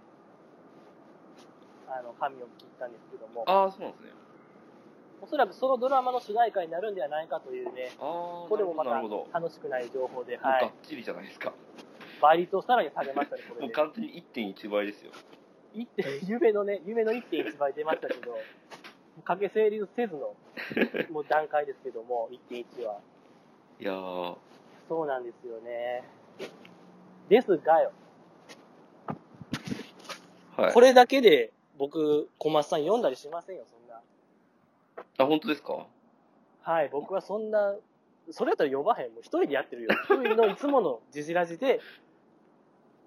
Speaker 2: あの、髪を切ったんですけども、
Speaker 3: ああ、そうなんですね。
Speaker 2: おそらくそのドラマの主題歌になるんではないかというね、
Speaker 3: あ
Speaker 2: こ
Speaker 3: あ、な
Speaker 2: れ
Speaker 3: る
Speaker 2: もま
Speaker 3: ほど、な
Speaker 2: た
Speaker 3: るほど。も
Speaker 2: 楽しくない情報で、
Speaker 3: うが
Speaker 2: は
Speaker 3: っ
Speaker 2: い。
Speaker 3: ちりじゃないですか。
Speaker 2: 倍率をさらに下げましたね、こ
Speaker 3: も
Speaker 2: れ
Speaker 3: う
Speaker 2: で。
Speaker 3: 完全に1.1倍ですよ。
Speaker 2: 一点夢のね、夢の1.1倍出ましたけど、かけ成立せずの、もう段階ですけど も、1.1は。
Speaker 3: いやー、
Speaker 2: そうなんですよね。ですがよ、
Speaker 3: はい。
Speaker 2: これだけで僕、小松さん読んだりしませんよ、そんな。
Speaker 3: あ、本当ですか
Speaker 2: はい、僕はそんな、それやったら呼ばへん。もう一人でやってるよ。一人のいつものジジラジで、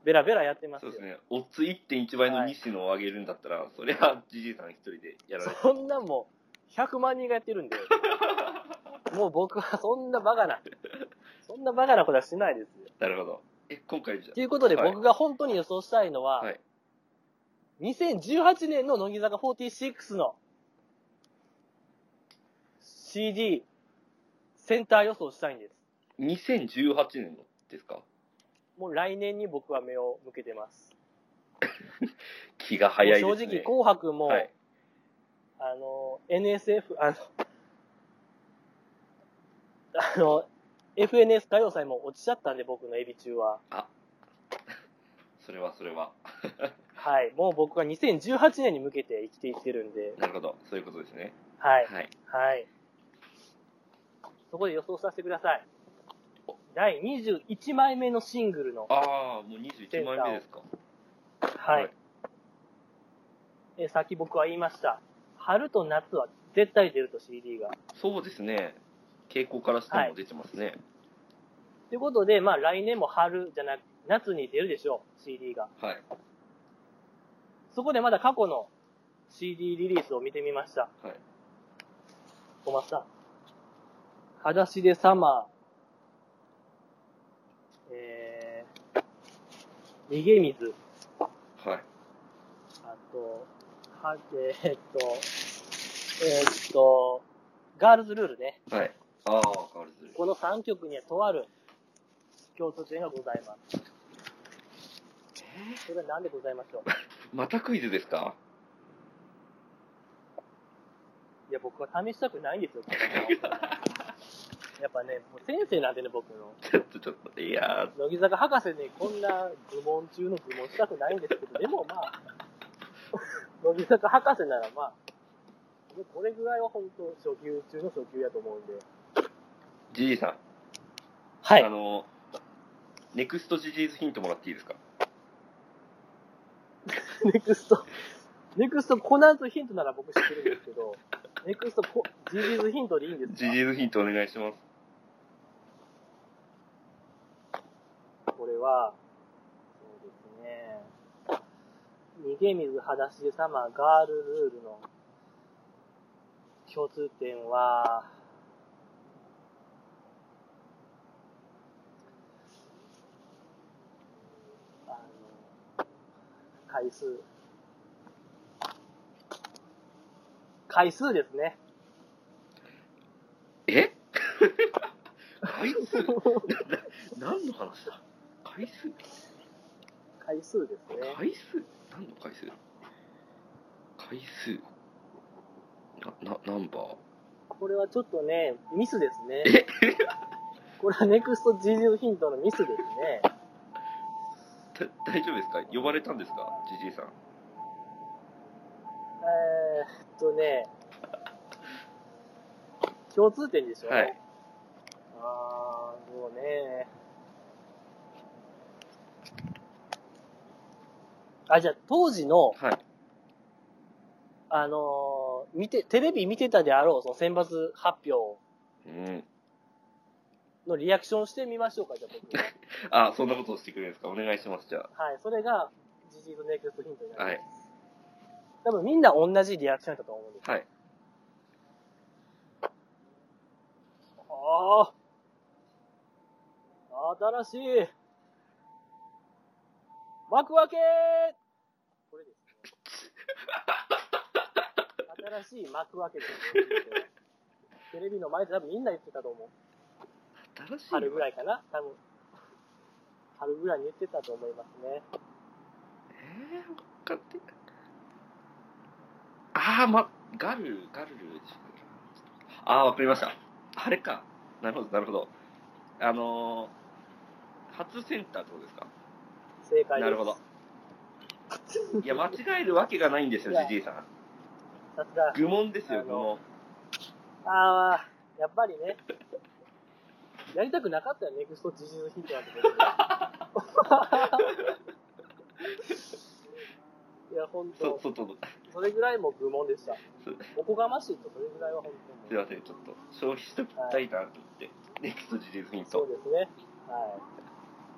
Speaker 2: ベラベラやってます
Speaker 3: そ
Speaker 2: よ。
Speaker 3: うですね。オッズ1.1倍の西野を上げるんだったら、そりゃ、じじいさん一人でやられて
Speaker 2: そんなもう、100万人がやってるんで、もう僕はそんなバカな、そんなバカなことはしないですよ。
Speaker 3: なるほど。え、今回じゃ
Speaker 2: ということで、
Speaker 3: はい
Speaker 2: 僕が本当に予想したいのは、
Speaker 3: はい
Speaker 2: 2018年の乃木坂46の CD センター予想したいんです。
Speaker 3: 2018年のですか
Speaker 2: もう来年に僕は目を向けてます。
Speaker 3: 気が早いです
Speaker 2: も
Speaker 3: ね
Speaker 2: う。正直、紅白も、
Speaker 3: はい。
Speaker 2: あの、NSF、あの、あの、FNS 歌謡祭も落ちちゃったんで、僕のエビ中は。
Speaker 3: それはそれは。
Speaker 2: はい。もう僕は2018年に向けて生きていってるんで、
Speaker 3: なるほど。そういうことですね。
Speaker 2: はい。
Speaker 3: はい。
Speaker 2: はい。そこで予想させてください。第21枚目のシングルの、
Speaker 3: ああ、もう21枚目ですか。
Speaker 2: はい。
Speaker 3: はい
Speaker 2: えさっき僕は言いました。春と夏は絶対出ると CD が。
Speaker 3: そうですね。傾向からしても出てますね。
Speaker 2: ということで、まあ来年も春じゃなく、夏に出るでしょう、CD が。
Speaker 3: はい。
Speaker 2: そこでまだ過去の CD リリースを見てみました。
Speaker 3: はい。
Speaker 2: 小松さん。裸足でサマー。えー、逃げ水。
Speaker 3: はい。
Speaker 2: あと、は、えーっと、えーっと、ガールズルールね。
Speaker 3: はい。ああ、ガールズ。
Speaker 2: この3曲にはとある共通点がございます。それは何でございましょう
Speaker 3: またクイズですか
Speaker 2: いや、僕は試したくないんですよ、こんなのやっぱね、もう先生なんでね、僕の。
Speaker 3: ちょっとちょっと、いや
Speaker 2: 乃木坂博士にこんな愚問中の愚問したくないんですけど、でもまあ、 乃木坂博士ならまあ、これぐらいは本当初級中の初級やと思うんで。
Speaker 3: ー、ジジイさん、
Speaker 2: は
Speaker 3: あの、ネクストジジイズヒントもらっていいですか
Speaker 2: ネクスト、ネクストコナンズヒントなら僕知ってるんですけど、ネクストコ、ジージーズヒントでいいんです
Speaker 3: ジジイズヒントお願いします。
Speaker 2: かこれは、そうですね。逃げ水裸足様ガールルールの共通点は、あの、回数。回数ですね。
Speaker 3: え 回数何の話だ回数
Speaker 2: 回数ですね。
Speaker 3: 回数何の回数回数な、な、ナンバー
Speaker 2: これはちょっとね、ミスですね。 これはネクスト GG ヒントのミスですね。
Speaker 3: だ大丈夫ですか呼ばれたんですかジジイさん。
Speaker 2: えー、っとね、共通点でしょ
Speaker 3: はい。
Speaker 2: あー、そうね。あ、じゃあ当時の、
Speaker 3: はい。
Speaker 2: あのー見て、テレビ見てたであろう、その選抜発表
Speaker 3: うん。
Speaker 2: のリアクションしてみましょうか、じゃあ僕。
Speaker 3: あ、そんなことをしてくれるんですかお願いします、じゃあ。
Speaker 2: はい、それが GG とネクストヒントになります。
Speaker 3: はい
Speaker 2: 多分みんな同じリアクションだったと思うんです
Speaker 3: はい。
Speaker 2: ああ、新しい。幕開けこれです。新しい幕開けです。テレビの前で多分みんな言ってたと思う。
Speaker 3: 新しい
Speaker 2: 春ぐら
Speaker 3: い。
Speaker 2: いかな多分。春ぐらいに言ってたと思いますね。
Speaker 3: えー、わかってないあー、ま、ガルル、ガルル。あー、わかりました。あれか。なるほど、なるほど。あのー、初センターってことですか
Speaker 2: 正解です。
Speaker 3: なるほど。いや、間違えるわけがないんですよ
Speaker 2: い、や
Speaker 3: ジジイさん。
Speaker 2: さすが。
Speaker 3: 愚問ですよ、
Speaker 2: あ
Speaker 3: 愚
Speaker 2: の
Speaker 3: 問。
Speaker 2: ああ、やっぱりね。やりたくなかったらネクスト自信のヒントなんてことでいや、本
Speaker 3: そ
Speaker 2: 当、
Speaker 3: う、外の。
Speaker 2: それぐらいも愚問でした
Speaker 3: そう。
Speaker 2: おこがましいと、それぐらいは本
Speaker 3: す
Speaker 2: 当
Speaker 3: い
Speaker 2: に。
Speaker 3: ません、ちょっと、消費しときたいなと思って。ネクストジジイズヒン
Speaker 2: そう
Speaker 3: ト。
Speaker 2: ですね。はい。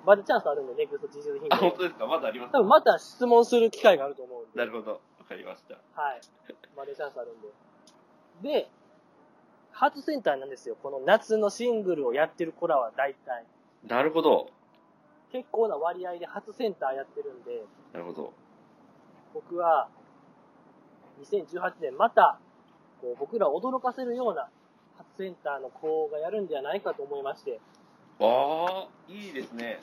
Speaker 2: まだチャンスあるんで、ネクスト自信のヒン
Speaker 3: あ、本当
Speaker 2: ト。
Speaker 3: ですかまだあります
Speaker 2: 多分また質問する機会があると思うんで。
Speaker 3: なるほど。わかりました。
Speaker 2: はい。までチャンスあるんで。で、ハートセンターなんですよ。この夏のシングルをやってる子らは大体。
Speaker 3: なるほど。
Speaker 2: 結構な割合で初センターやってるんで、
Speaker 3: なるほど。
Speaker 2: 僕は、2018年また、こう僕らを驚かせるような初センターの子がやるんではないかと思いまして、
Speaker 3: ああ、いいですね。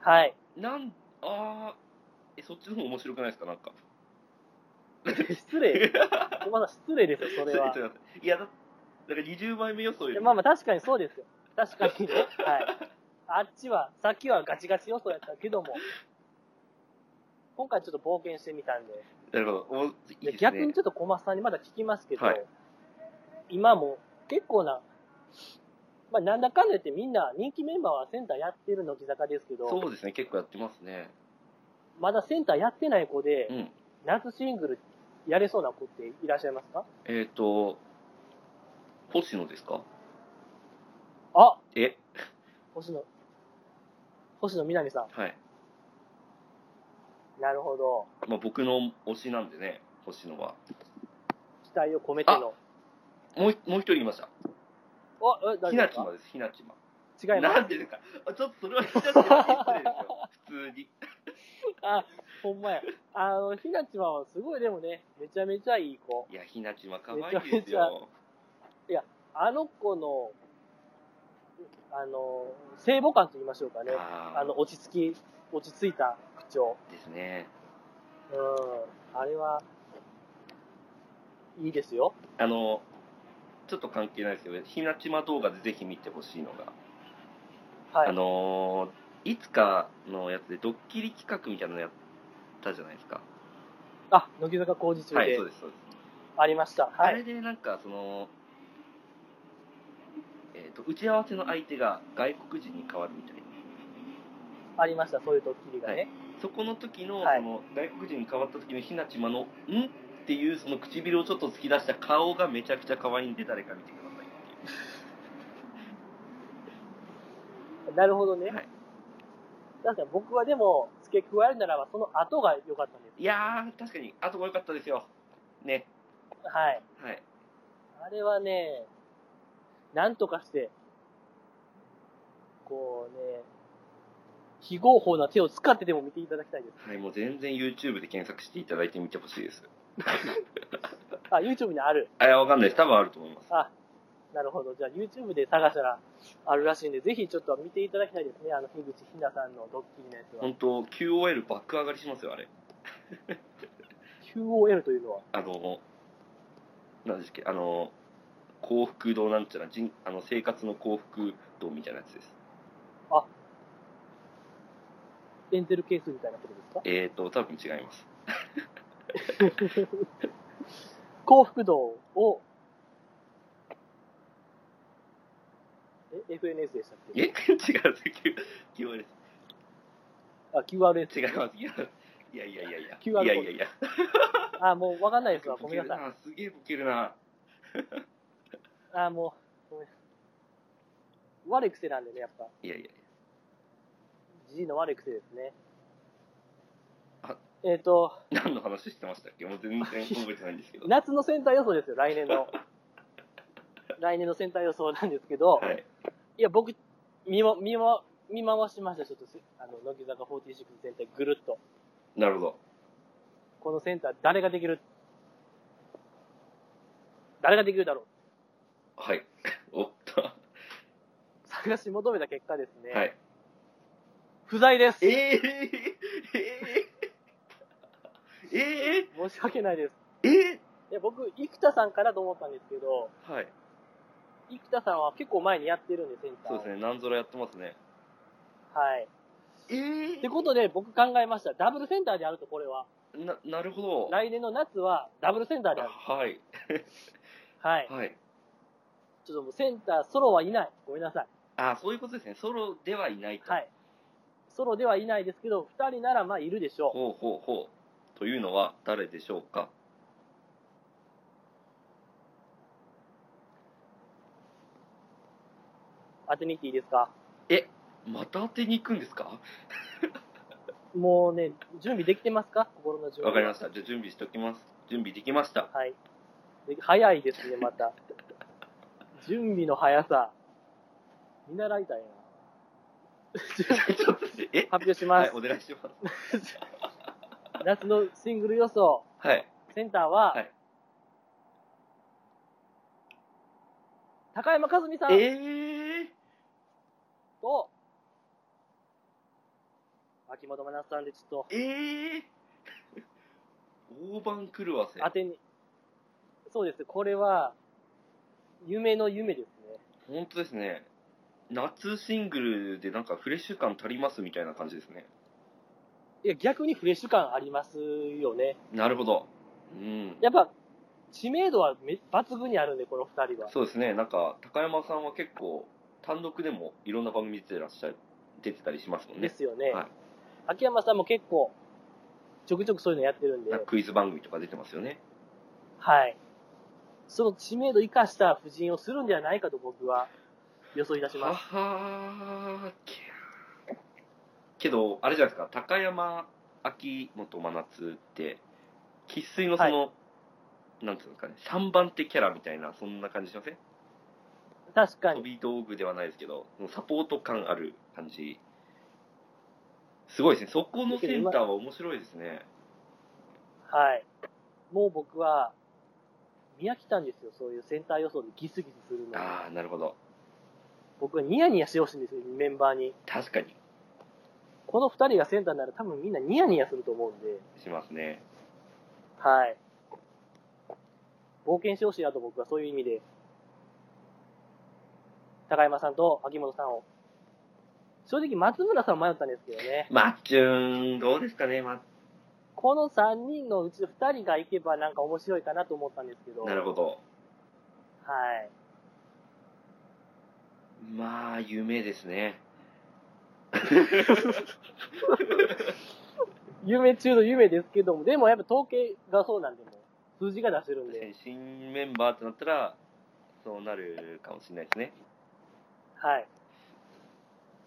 Speaker 2: はい。
Speaker 3: なん、ああ、え、そっちの方面白くないですかなんか。
Speaker 2: 失礼。まだ失礼ですよ、それは
Speaker 3: ち。ょっと待っていや、だだから20枚目予想よ
Speaker 2: いや
Speaker 3: り
Speaker 2: まあまあ確かにそうですよ。確かにね。はい。あっちは、さっきはガチガチ予想やったけども、今回ちょっと冒険してみたんで、
Speaker 3: なるほど。おいいですね。
Speaker 2: 逆にちょっと小松さんにまだ聞きますけど、
Speaker 3: はい
Speaker 2: 今も結構な、まあ、なんだかんだ言ってみんな人気メンバーはセンターやってる乃木坂ですけど、
Speaker 3: そうですね、結構やってますね。
Speaker 2: まだセンターやってない子で
Speaker 3: う、ん。
Speaker 2: 夏シングルやれそうな子っていらっしゃいますか
Speaker 3: えっ、ー、と、星野ですか
Speaker 2: あ
Speaker 3: え、
Speaker 2: 星野、星野みなみさ
Speaker 3: はい。
Speaker 2: ん。なるほど。
Speaker 3: まあ僕の推しなんでね、星野は。
Speaker 2: 期待を込めての。
Speaker 3: もう一もう一人いました。
Speaker 2: お、え、誰
Speaker 3: ひ
Speaker 2: で
Speaker 3: な
Speaker 2: す
Speaker 3: ち
Speaker 2: か
Speaker 3: まです、ひなちま。
Speaker 2: 違いま
Speaker 3: な
Speaker 2: す。
Speaker 3: んでですかあちょっとそれはひなちま失礼ですよ。普通に。
Speaker 2: あ、ほんまや。あの、ひなちまはすごいでもね、めちゃめちゃいい子。
Speaker 3: いや、ひなちま可愛いですよ。
Speaker 2: あの子の、あの、聖母感と言いましょうかね。
Speaker 3: あ
Speaker 2: あ
Speaker 3: の
Speaker 2: の、落ち着き、落ち着いた口調。
Speaker 3: ですね。
Speaker 2: うん。あれは、いいですよ。
Speaker 3: あの、ちょっと関係ないですけど、ひなちま動画でぜひ見てほしいのが、
Speaker 2: はい。
Speaker 3: あのーいつかのやつでドッキリ企画みたいなのやったじゃないですか。
Speaker 2: あ、乃木坂工事中
Speaker 3: はい、
Speaker 2: で
Speaker 3: そうです、そうです。
Speaker 2: ありました。は
Speaker 3: あれ
Speaker 2: い。
Speaker 3: でなんかその、えー、と打ち合わせの相手が外国人に変わるみたいな
Speaker 2: ありました。そういうドッキリがね。
Speaker 3: そこの時の,、
Speaker 2: はい
Speaker 3: その外国人に変わった時のひなちまの「ん?」っていうその唇をちょっと突き出した顔がめちゃくちゃ可愛いんで誰か見てくださいっていう
Speaker 2: なるほどね。
Speaker 3: はい
Speaker 2: 確かに僕はでも、付け加えるならば、その後が良かったんです。
Speaker 3: いやー確かにあとが良かったですよね
Speaker 2: はい。
Speaker 3: はい
Speaker 2: あれはね、なんとかして、こうね、非合法な手を使ってでも見ていただきたいです。
Speaker 3: はいもう全然 YouTube で検索していただいてみてほしいです
Speaker 2: あ、YouTube にある。
Speaker 3: あいやわかんないです多分あると思います
Speaker 2: あ、なるほど。じゃあ YouTube で探したらあるらしいんで、ぜひちょっと見ていただきたいですね。あの、樋口ひなさんのドッキリのやつは
Speaker 3: 本。当 QOL 爆上がりしますよあれ
Speaker 2: QOL というのは。
Speaker 3: あの、なんですっけ、あの、幸福度なんちゃら、人あの生活の幸福度みたいなやつです。
Speaker 2: エンゼルケースみたいなことですか
Speaker 3: えーと、多分違います。
Speaker 2: 幸福度を、え、FNS でしたっ
Speaker 3: え
Speaker 2: け
Speaker 3: 違う、違う
Speaker 2: あ、QRS。
Speaker 3: 違います。違います。いやいやいやいや。
Speaker 2: QR コード
Speaker 3: いやいやいや。
Speaker 2: あ、もうわかんないですわ。ごめんなさい。
Speaker 3: すげえボケるな。
Speaker 2: あーもう、ごめん。悪い癖なんでね、やっぱ。
Speaker 3: いやいやいや。
Speaker 2: じじいの悪い癖ですね
Speaker 3: あ。
Speaker 2: えっ、と、
Speaker 3: 何の話してましたっけもう全然覚えてないんですけど。は
Speaker 2: 夏のセンター予想ですよ、来年の。 来年のセンター予想なんですけど、い、
Speaker 3: い。
Speaker 2: や、僕、見ま、見ま、見回しました、ちょっとせ、あの、乃木坂46全体ぐるっと。
Speaker 3: なるほど。
Speaker 2: このセンター、誰ができる誰ができるだろう
Speaker 3: はい。 おっと。は
Speaker 2: 探し求めた結果ですね、
Speaker 3: い。
Speaker 2: 不在です。
Speaker 3: えー、えー、えー、え
Speaker 2: 申し訳ないです。
Speaker 3: ー、え
Speaker 2: いや、僕、生田さんかなと思ったんですけど、
Speaker 3: ー、はい。
Speaker 2: 生田さんは結構前にやってるんで、センターを
Speaker 3: そうですね、なんぞらやってますね。
Speaker 2: はい。
Speaker 3: ええ
Speaker 2: ってことで、僕考えました。ダブルセンターであると、これは。
Speaker 3: な、なるほど。
Speaker 2: 来年の夏は、ダブルセンターである。
Speaker 3: はい。
Speaker 2: はい。
Speaker 3: はい。
Speaker 2: ちょっともう、センター、ソロはいない。ごめんなさい。
Speaker 3: あそういうことですね。ソロではいないと。
Speaker 2: はい。ソロではいないですけど、二人なら、まあ、いるでしょ
Speaker 3: ほうほうほう。というのは、誰でしょうか。
Speaker 2: う。当てに行っていいですか
Speaker 3: また当てに行くんですか
Speaker 2: もうね、準備できてますか心の準備。
Speaker 3: わかりました。じゃあ準備しておきます。準備できました。
Speaker 2: はい。で早いですね、また。 準備の早さ。見習いたいな。準備
Speaker 3: ちょっと、え
Speaker 2: 発表しま
Speaker 3: はい、
Speaker 2: す
Speaker 3: お。願いします。
Speaker 2: 夏のシングル予想、
Speaker 3: はい。
Speaker 2: センターは、
Speaker 3: はい
Speaker 2: 高山和美さん
Speaker 3: え
Speaker 2: と、
Speaker 3: え
Speaker 2: 秋元真夏さんでちょっ
Speaker 3: ー、ええー、大盤狂わせ。
Speaker 2: と当てに、そうです、これは、夢の夢ですね。
Speaker 3: 本当ですね。夏シングルでなんかフレッシュ感足りますみたいな感じですね。
Speaker 2: いや、逆にフレッシュ感ありますよね。
Speaker 3: なるほど。うん。
Speaker 2: やっぱ、知名度はめ抜群にあるんで、この二人は。
Speaker 3: そうですね、なんか高山さんは結構、単独でもいろんな番組出てらっしゃる出てたりしますもん
Speaker 2: で
Speaker 3: ね、
Speaker 2: すよね。
Speaker 3: はい
Speaker 2: 秋山さんも結構、ちょくちょくそういうのやってるんで
Speaker 3: なん、かクイズ番組とか出てますよね。
Speaker 2: はい。その知名度を生かした布陣をするんではないかと僕は予想いたし
Speaker 3: は
Speaker 2: ます。
Speaker 3: はーけけど、あれじゃないですか、高山、秋元真夏って、生粋のその、なんていうんですかね、3番手キャラみたいな、そんな感じしません、
Speaker 2: 確か
Speaker 3: 飛
Speaker 2: に。
Speaker 3: び道具ではないですけど、そのサポート感ある感じ。すごいですね。そこのセンターは面白いですね。
Speaker 2: はい。もう僕は、見飽きたんですよ。そういうセンター予想でギスギスするの。
Speaker 3: ああ、なるほど。
Speaker 2: 僕はニヤニヤしてほしいんですよ、メンバーに。
Speaker 3: 確かに。
Speaker 2: この二人がセンターになら多分みんなニヤニヤすると思うんで、
Speaker 3: しますね。
Speaker 2: はい。冒険してほしいなと僕はそういう意味で、高山さんと秋元さんを。正直松村さん迷ったんですけどね。
Speaker 3: マッチュン、どうですかね、ま、
Speaker 2: この3人のうち2人が行けばなんか面白いかなと思ったんですけど。
Speaker 3: なるほど。
Speaker 2: はい。
Speaker 3: まあ、夢ですね。
Speaker 2: 夢中の夢ですけども、でもやっぱ統計がそうなんで、もう数字が出してるん
Speaker 3: 確か
Speaker 2: で
Speaker 3: に、新メンバーってなったら、そうなるかもしれないですね。
Speaker 2: はい。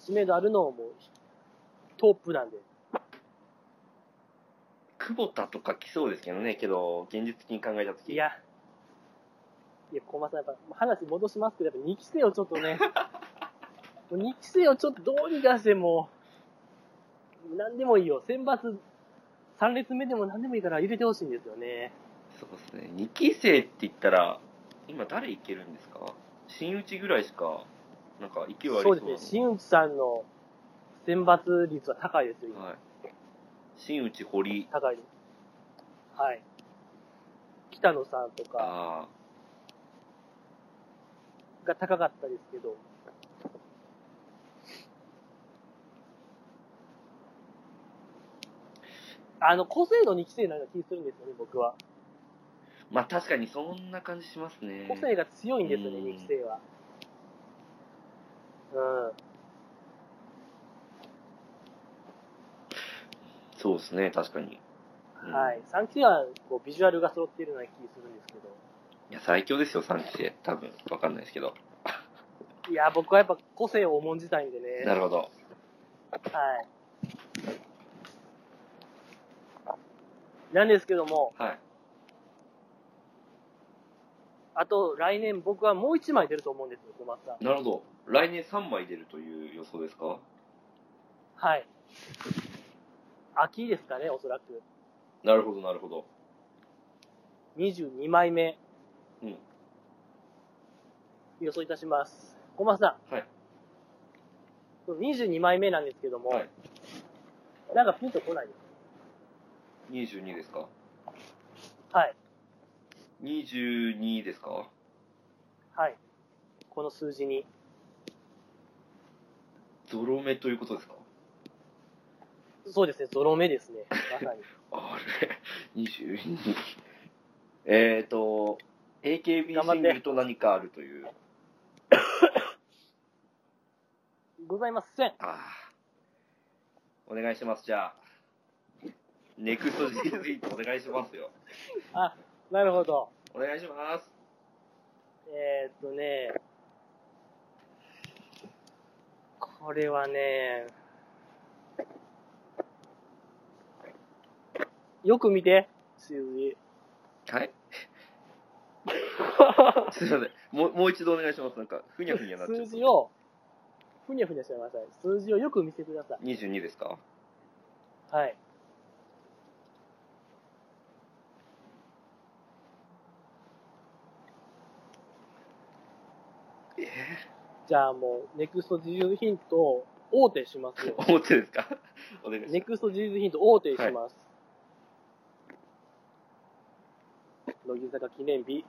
Speaker 2: 知名度あるのももうトップなんで。
Speaker 3: 久保田とか来そうですけどね、けど、現実的に考えたとき。
Speaker 2: いや、いや、小松さん、やっぱ話戻しますけど、やっぱ2期生をちょっと ね、もう2期生をちょっとどうにかしてもう、なんでもいいよ。選抜3列目でもなんでもいいから入れてほしいんですよね。
Speaker 3: そうですね。2期生って言ったら、今誰いけるんですか新内ぐらいしか、なんか勢いあり
Speaker 2: そ
Speaker 3: そうう
Speaker 2: で
Speaker 3: な
Speaker 2: す
Speaker 3: の
Speaker 2: ね。新内さんの選抜率は高いですよ、今。
Speaker 3: はい。新内堀、
Speaker 2: 高いです。はい。北野さんとか
Speaker 3: あ
Speaker 2: が高かったですけど、あの、個性の2期生なような気するんですよね、僕は。
Speaker 3: あ、まあ確かにそんな感じしますね。
Speaker 2: 個性が強いんですよね、
Speaker 3: うん
Speaker 2: 2期生は。うん。
Speaker 3: そうですね、確かに。うん
Speaker 2: はい。3期生はこうビジュアルが揃っているような気するんですけど。
Speaker 3: いや、最強ですよ、3期生。多分、わかんないですけど。
Speaker 2: いや、僕はやっぱ個性を重んじたいんでね。
Speaker 3: なるほど。
Speaker 2: はい。なんですけども、
Speaker 3: はい。
Speaker 2: あと来年僕はもう一枚出ると思うんですよ、小松さん。
Speaker 3: なるほど。来年3枚出るという予想ですか
Speaker 2: はい。秋ですかね、おそらく。
Speaker 3: なるほど、なるほど。
Speaker 2: 22枚目。
Speaker 3: うん。
Speaker 2: 予想いたします。小松さん。
Speaker 3: はい。
Speaker 2: 22枚目なんですけども、
Speaker 3: はい。
Speaker 2: なんかピンとこないです。
Speaker 3: 22ですか
Speaker 2: はい。
Speaker 3: 22ですか
Speaker 2: はい。この数字に。
Speaker 3: ゾロ目ということですか
Speaker 2: そうですね、ゾロ目ですね。ま さに。
Speaker 3: あれ ?22。えっと、AKB
Speaker 2: 頑張っ
Speaker 3: シ
Speaker 2: て
Speaker 3: ングルと何かあるという。
Speaker 2: ございません。
Speaker 3: ああ。お願いします、じゃあ。ネクスト G スイートお願いしますよ。
Speaker 2: なるほど。
Speaker 3: お願いします。
Speaker 2: えー、っとね、これはね、よく見て、数字。
Speaker 3: はい。 すいません。もう、もう一度お願いします。なんか、ふにゃふにゃなっちゃ
Speaker 2: 数
Speaker 3: う。
Speaker 2: 字を、ふにゃふにゃしてください。数字をよく見せてくださ
Speaker 3: 22ですか
Speaker 2: い。はい。
Speaker 3: ええ
Speaker 2: じゃあもう、ネクスト自由ヒントを大手しますよ。
Speaker 3: 思ってですかお願いします
Speaker 2: ネ。クスト自由ヒント大手します。乃木坂記念日。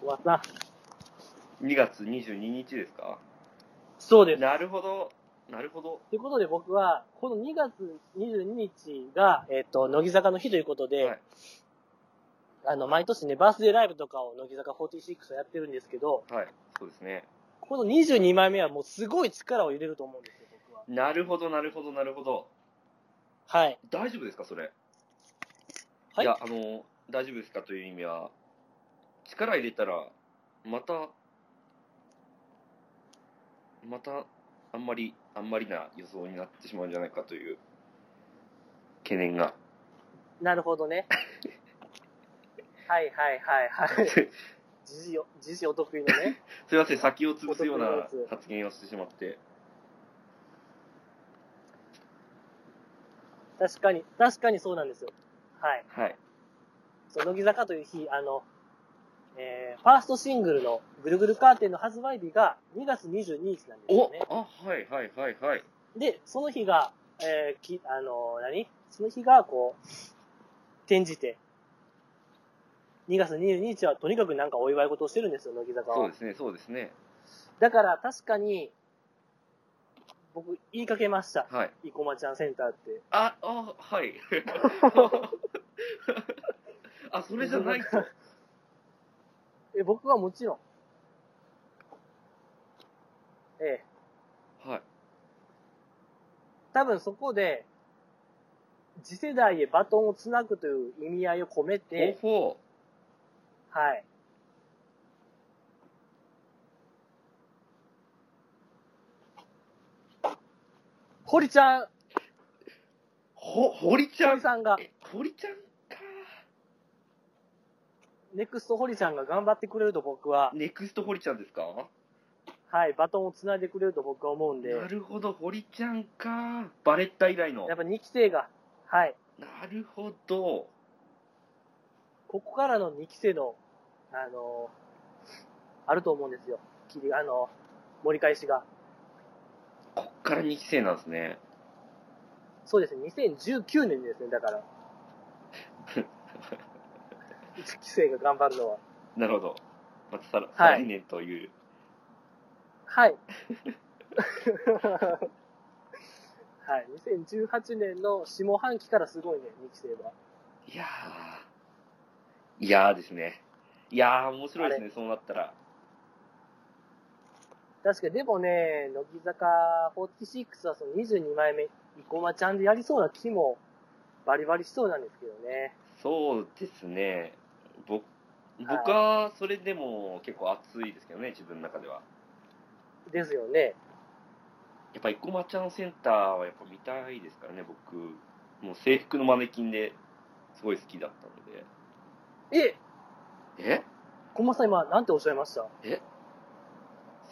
Speaker 2: 小松さん。
Speaker 3: 2月22日ですか
Speaker 2: そうです。
Speaker 3: なるほど。なるほど。
Speaker 2: ということで僕は、この2月22日が、えっ、と、乃木坂の日ということで、
Speaker 3: はい
Speaker 2: あの、毎年ね、バースデーライブとかを乃木坂46はやってるんですけど、
Speaker 3: はい。そうですね。
Speaker 2: この22枚目はもうすごい力を入れると思うんですよ、僕は。
Speaker 3: なるほど、なるほど、なるほど。
Speaker 2: はい。
Speaker 3: 大丈夫ですか、それ。
Speaker 2: はい
Speaker 3: いや、あの、大丈夫ですかという意味は、力入れたら、また、また、あんまり、あんまりな予想になってしまうんじゃないかという、懸念が。
Speaker 2: なるほど ね。はいはい はいはい。じじよ、じじお得意のね。
Speaker 3: すいません、先を潰すよ
Speaker 2: お得意
Speaker 3: う
Speaker 2: のや
Speaker 3: な
Speaker 2: つ
Speaker 3: 発言をしてしまって。
Speaker 2: 確かに、確かにそうなんですよ。はい。
Speaker 3: はい。
Speaker 2: そう、乃木坂という日、あの、えー、ファーストシングルのぐるぐるカーテンの発売日が2月22日なんです
Speaker 3: お
Speaker 2: よね。
Speaker 3: あ、はいはいはいはい。
Speaker 2: で、その日が、えーき、あのー何その日が、こう、転じて、2月22日はとにかくなんかお祝い事をしてるんですよ、乃木坂は。
Speaker 3: そうですね、そうですね。
Speaker 2: だから確かに、僕言いかけました。
Speaker 3: はい。
Speaker 2: 生駒ちゃんセンターって。
Speaker 3: あ、あ、はい。あ、それじゃないと。
Speaker 2: え、僕はもちろん。ええ。
Speaker 3: はい。
Speaker 2: 多分そこで、次世代へバトンをつなぐという意味合いを込めて、
Speaker 3: ほ
Speaker 2: はい。堀ちゃん、
Speaker 3: ほ。ほ、堀ちゃ
Speaker 2: 堀
Speaker 3: ん。
Speaker 2: さんが、
Speaker 3: え堀ちゃんか。
Speaker 2: ネクスト堀ちゃんが頑張ってくれると僕は、
Speaker 3: ネクスト堀ちゃんですか
Speaker 2: はい、バトンをつないでくれると僕は思うんで、
Speaker 3: なるほど、堀ちゃんか。バレッタ以来の
Speaker 2: やっ。ぱ2期生が、はい、
Speaker 3: なるほど。
Speaker 2: ここからの2期生の、あのーあると思うんですよ。切り、あのー盛り返しが。
Speaker 3: こっから2期生なんですね。
Speaker 2: そうですね、2019年ですね、だから。1期生が頑張るのは。
Speaker 3: なるほど。またさ
Speaker 2: は
Speaker 3: ら、
Speaker 2: い
Speaker 3: 再来年という。
Speaker 2: はい。はい、2018年の下半期からすごいね、2期生は。
Speaker 3: いやー。いやーですね。いやー、面白いですね、そうなったら。
Speaker 2: 確かに、でもね、乃木坂46はその22枚目、生駒ちゃんでやりそうな気もバリバリしそうなんですけどね。
Speaker 3: そうですね。僕、僕はそれでも結構熱いですけどね、自分の中では。
Speaker 2: ですよね。
Speaker 3: やっぱ、生駒ちゃんセンターはやっぱ見たいですからね、僕。もう制服のマネキンですごい好きだったので。
Speaker 2: え、
Speaker 3: え
Speaker 2: 小松さん今、なんておっしゃいました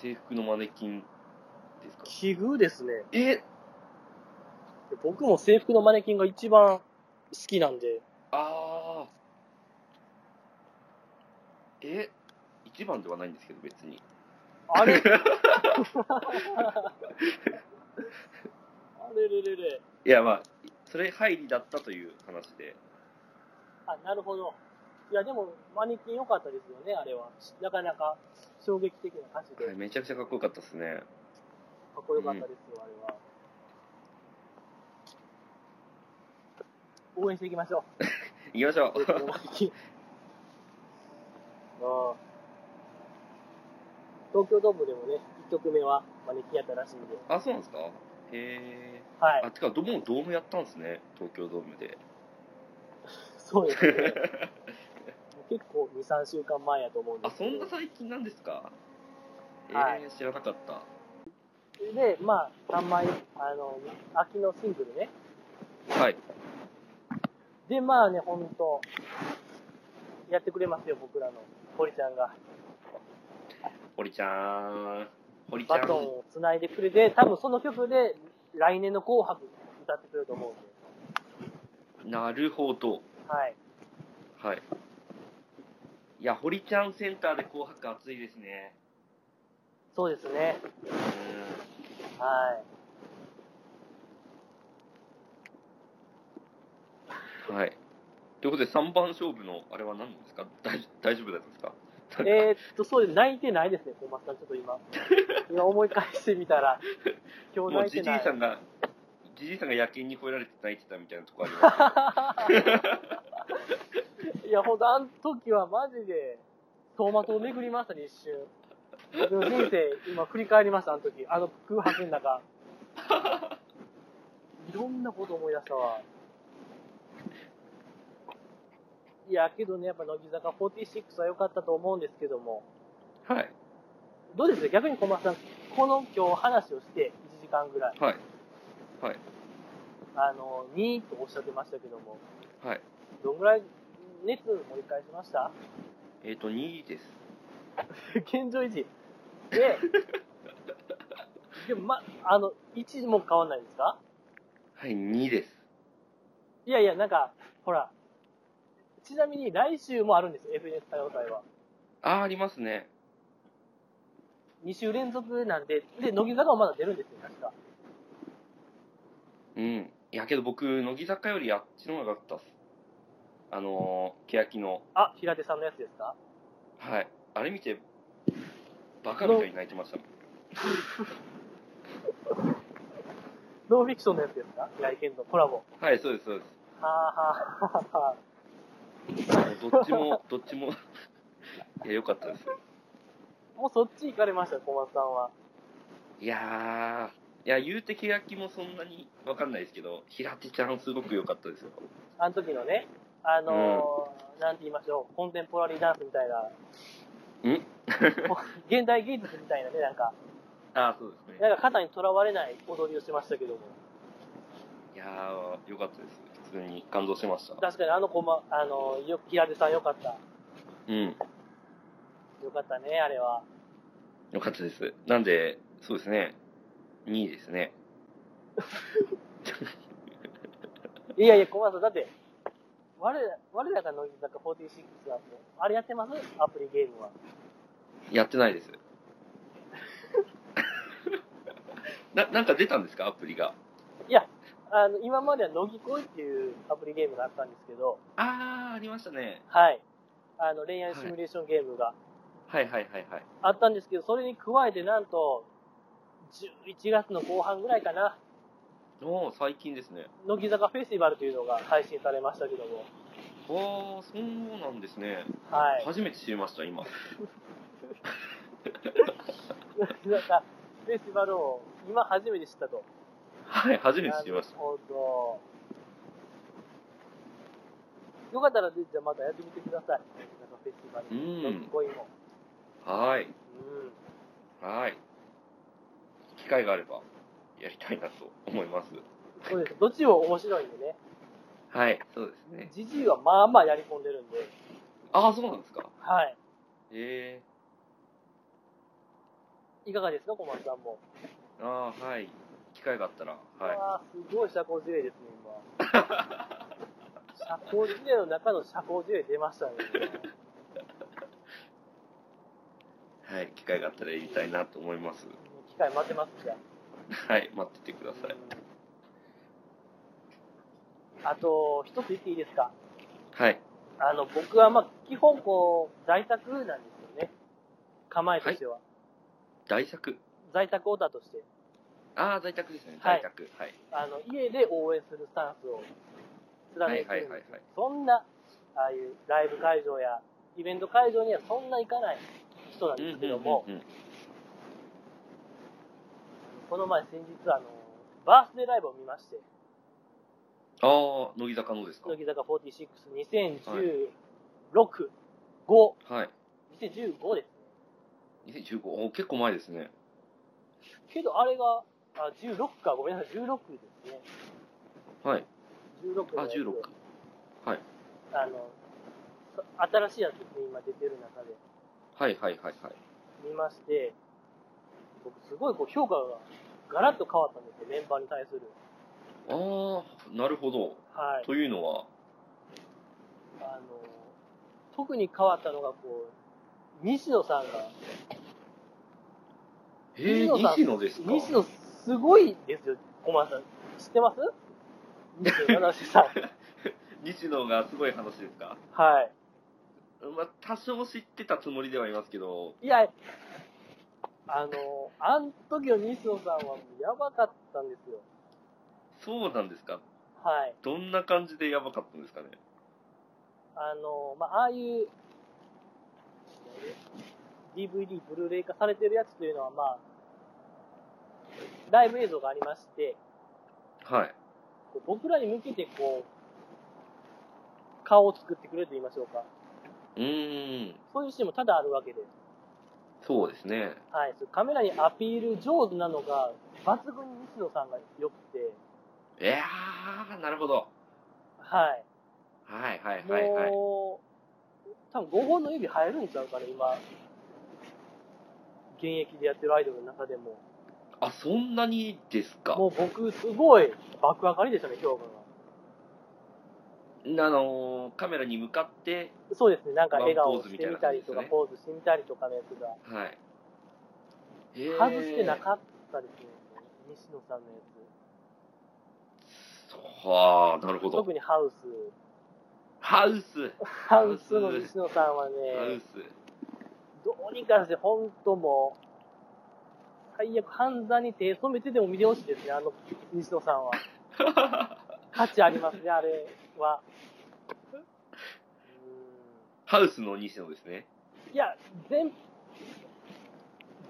Speaker 3: 制服のマネキンですか
Speaker 2: 奇遇ですね。
Speaker 3: え
Speaker 2: 僕も制服のマネキンが一番好きなんで、
Speaker 3: ああ。え一番ではないんですけど、別に。
Speaker 2: あれあれれれれ。
Speaker 3: いや、まあ、それ入りだったという話で。
Speaker 2: あ、なるほど。いや、でも、マネキン良かったですよね、あれは。なかなか衝撃的な感じで、
Speaker 3: はい、
Speaker 2: か
Speaker 3: めちゃくちゃかっこよかったですね。
Speaker 2: っこよかったですよ、あれは。応援していきましょ
Speaker 3: 行きましょ
Speaker 2: う。
Speaker 3: う。
Speaker 2: マネキン。ああ東京ドームでもね、1曲目はマネキンやったらしいんで。
Speaker 3: あ、そうなんですかへえ。
Speaker 2: はい
Speaker 3: あ、。てか、どもうドームやったんですね。東京ドームで。
Speaker 2: そうですね。結構2、3週間前やと思うんで
Speaker 3: あ、
Speaker 2: す
Speaker 3: そ
Speaker 2: けど。
Speaker 3: んな最近なんですかえ
Speaker 2: は
Speaker 3: ー、知らなかった。
Speaker 2: で、まあ、3枚、あの、秋のシングルね。
Speaker 3: はい。
Speaker 2: で、まあね、ほんと、やってくれますよ、僕らの、堀ちゃんが。
Speaker 3: 堀ちゃーん。堀ちゃ
Speaker 2: バ
Speaker 3: ん。
Speaker 2: トンを繋いでくれて、多分その曲で、来年の紅白歌ってくれると思うんで。
Speaker 3: なるほど。
Speaker 2: はい。
Speaker 3: はい。いや、堀ちゃんセンターで紅白熱いですね。
Speaker 2: そうですね。
Speaker 3: うーん。
Speaker 2: はい。
Speaker 3: はい。ということで、3番勝負の、あれは何なんですか大大丈夫だったんですか
Speaker 2: えー、っと、そうです。泣いてないですね、小松さん。ちょっと 今。今思い返してみたら、今日
Speaker 3: もう
Speaker 2: 泣い
Speaker 3: じじ
Speaker 2: て
Speaker 3: い
Speaker 2: ない。
Speaker 3: さんが、じじいさんが夜勤に吠えられて泣いてたみたいなとこあります。
Speaker 2: いや、ほんと、あの時はマジで、走馬灯を巡りましたね、一瞬。僕の人生、今振り返りました、あの時。あの空白の 中。いろんなこと思い出したわ。いや、けどね、やっぱ乃木坂46は良かったと思うんですけども、
Speaker 3: はい。
Speaker 2: どうです逆に小松さん、この今日話をして、1時間ぐらい、
Speaker 3: はい。
Speaker 2: あの、2とおっしゃってましたけども、
Speaker 3: はい。
Speaker 2: どんぐらい熱盛り返しました
Speaker 3: えっ、と、2位です。
Speaker 2: 現状維持。で、でも、ま、あの、1も変わんないですか
Speaker 3: はい、2位です。
Speaker 2: いやいや、なんか、ほら、ちなみに来週もあるんです、FNS 歌謡祭は。
Speaker 3: あー、ありますね。
Speaker 2: 2週連続なんで、で、乃木坂もまだ出るんですよ、確か。
Speaker 3: うん。いや、けど僕、乃木坂よりあっちの方が良かったっす。あのー、欅の。
Speaker 2: あ、平手さんのやつですか
Speaker 3: はい。あれ見て、バカみたいに泣いてましたもん。
Speaker 2: ノンフィクションのやつですか平井健のコラボ。
Speaker 3: はい、そうです、そうです。
Speaker 2: はあはあはあはあ。
Speaker 3: もうどっち も、どっちも、いや、良かったです。
Speaker 2: もうそっち行かれました、小松さんは。
Speaker 3: いやー、いや、言うて欅もそんなにわかんないですけど、平手ちゃんすごく良かったですよ。
Speaker 2: あの時のね、あのーなんて言いましょう、コンテンポラリーダンスみたいな、
Speaker 3: ん
Speaker 2: 現代芸術みたいなね、なんか、
Speaker 3: ああ、そうですね。
Speaker 2: なんか肩にとらわれない踊りをしてましたけども。
Speaker 3: いやー、良かったです。普通に感動しました。
Speaker 2: 確かにあの子も、あのーよ、平手さんよかった。
Speaker 3: うん。
Speaker 2: よかったね、あれは。
Speaker 3: 良かったです。なんで、そうですね。2位ですね。
Speaker 2: いやいや、小松さん、だって、我ら、我らが乃木坂46なんて、あれやってますアプリゲームは。
Speaker 3: やってないです。 な、なんか出たんですかアプリが。
Speaker 2: あの、今までは乃木恋っていうアプリゲームがあったんですけど、
Speaker 3: あー、ありましたね。
Speaker 2: はい。あの、恋愛シミュレーションゲームが
Speaker 3: はいはいはいはい。
Speaker 2: あったんですけど、それに加えてなんと、11月の後半ぐらいかな、
Speaker 3: おー、最近ですね。
Speaker 2: 乃木坂フェスティバルというのが配信されましたけども、
Speaker 3: おー、そうなんですね。
Speaker 2: はい。
Speaker 3: 初めて知りました、今。
Speaker 2: なんか、フェスティバルを今初めて知ったと。
Speaker 3: はい、初めて知りました
Speaker 2: なる。ほど。よかったら、じゃあまたやってみてください。なんかフェスティバル。
Speaker 3: うん
Speaker 2: 乃木恋も。
Speaker 3: はー
Speaker 2: う
Speaker 3: い。
Speaker 2: ん。
Speaker 3: はーい。機会があれば、やりたいなと思います。
Speaker 2: そうです。どっちも面白いんでね。
Speaker 3: はい、そうですね。
Speaker 2: ジジイはまあまあやり込んでるんで。
Speaker 3: ああ、そうなんですか。
Speaker 2: はい。
Speaker 3: え
Speaker 2: いかがですか、小松さんも。
Speaker 3: えー。ああ、はい。機会があったら、はい。
Speaker 2: あすごい社交辞令ですね、 今。社交辞令の中の社交辞令出ましたね。
Speaker 3: はい、機会があったらやりたいなと思います。
Speaker 2: もう機会待ってますじゃ
Speaker 3: はい、待っててください。
Speaker 2: あ。あと、一つ言っていいですか。
Speaker 3: はい。
Speaker 2: あの、僕はまあ、基本こう、在宅なんですよね。構えとしては。
Speaker 3: 在宅。
Speaker 2: 在宅オーダーとして。
Speaker 3: ああ、在宅ですね。
Speaker 2: はい
Speaker 3: 在宅。はい。
Speaker 2: あの、家で応援するスタンスを貫いてるんですよ、
Speaker 3: はいはいはいはい
Speaker 2: そんな、ああいうライブ会場やイベント会場にはそんな行かない人なんですけども、
Speaker 3: うんうんうん
Speaker 2: この前先日あの、バースデーライブを見まして、
Speaker 3: ああ、乃木坂のですか。
Speaker 2: 乃木
Speaker 3: は
Speaker 2: 坂462016、5、
Speaker 3: はい。
Speaker 2: 2015ですね。
Speaker 3: 2015、おー結構前ですね。
Speaker 2: けどあれが、あ、16か、ごめんなさい、16ですね。
Speaker 3: はい。
Speaker 2: 16
Speaker 3: あ、
Speaker 2: のやつ
Speaker 3: 16。
Speaker 2: あの、新しいやつに今出てる中で、
Speaker 3: はいはいはいはい。
Speaker 2: 見まして、僕すごいこう評価がガラッと変わったんですよ、メンバーに対する。
Speaker 3: ああ、なるほど。
Speaker 2: はい。
Speaker 3: というのは、
Speaker 2: あの、特に変わったのがこう、西野さんが、
Speaker 3: ええ
Speaker 2: 西野さん
Speaker 3: 西野ですか。
Speaker 2: 西野すごいですよ、小松さん。知ってます西野七瀬さん。
Speaker 3: 西野がすごい話ですか。
Speaker 2: は
Speaker 3: まあ、多少知ってたつもりではいますけど、
Speaker 2: い。いや、あの、あの時の西野さんはもうやばかったんですよ。
Speaker 3: そうなんですか。
Speaker 2: はい。
Speaker 3: どんな感じでやばかったんですかね。
Speaker 2: あの、まあ、ああいう、DVD、ブルーレイ化されてるやつというのは、まあ、ライブ映像がありまして、
Speaker 3: はい。
Speaker 2: こう僕らに向けて、こう、顔を作ってくれると言いましょうか。
Speaker 3: うーん、
Speaker 2: そういうシーンも多々あるわけで。
Speaker 3: そうですね。
Speaker 2: はい。そうカメラにアピール上手なのが、抜群に西野さんが良くて、
Speaker 3: いやー、なるほど。
Speaker 2: はい。
Speaker 3: はいはい
Speaker 2: もう、
Speaker 3: はいはい。
Speaker 2: 多分5本の指入るんちゃうかな、今。現役でやってるアイドルの中でも。
Speaker 3: あ、そんなにですか。
Speaker 2: もう僕、すごい爆上がりでしたね、評価が。
Speaker 3: あのーカメラに向かって、
Speaker 2: そうですね、なんか
Speaker 3: ワン
Speaker 2: 笑
Speaker 3: ポ
Speaker 2: 顔
Speaker 3: ーズ
Speaker 2: し
Speaker 3: み
Speaker 2: て
Speaker 3: たい
Speaker 2: み
Speaker 3: な
Speaker 2: た
Speaker 3: 感じ
Speaker 2: り
Speaker 3: です
Speaker 2: と
Speaker 3: よ
Speaker 2: か、
Speaker 3: ね
Speaker 2: ポーズしてみたりとかのやつが、
Speaker 3: はい。えー
Speaker 2: 外してなかったですね、西野さんのやつ。
Speaker 3: はあ、なるほど
Speaker 2: 特。にハウス。
Speaker 3: ハウス、
Speaker 2: ハウ
Speaker 3: ウス
Speaker 2: スの西野さんは
Speaker 3: ハウ
Speaker 2: ね、
Speaker 3: ス。
Speaker 2: どうにかして本当もう、最悪犯罪に手染めてでも見てほしいですね、あの西野さんは。価値ありますね、あれは。
Speaker 3: ハウスの西野ですね。
Speaker 2: うんいや、全、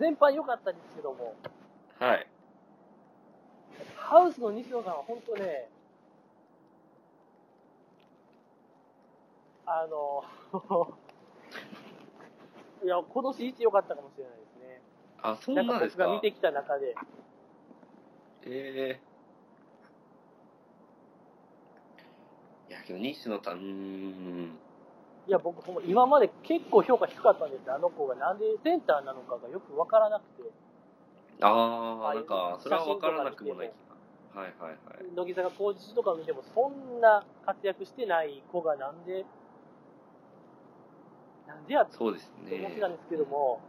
Speaker 2: 全般良かったですけども、
Speaker 3: はい。
Speaker 2: ハウスの西野さんは本当ね、あの、 いや、今年一良かったかもしれないですね。
Speaker 3: あ、そうなんですか。
Speaker 2: 僕が見てきた中で、
Speaker 3: ええいや、けど西野さん、うーん。
Speaker 2: いや、僕、ほんま今まで結構評価低かったんですよあの子がなんでセンターなのかがよくわからなくて、
Speaker 3: あ
Speaker 2: あ
Speaker 3: あ、なんか、それは分からなくもない
Speaker 2: 写真
Speaker 3: 気が。はいはいはい。
Speaker 2: 乃木坂工事中とか見ても、そんな活躍してない子がなんで、なんでやって
Speaker 3: そうですね。
Speaker 2: 思ってたんですけども、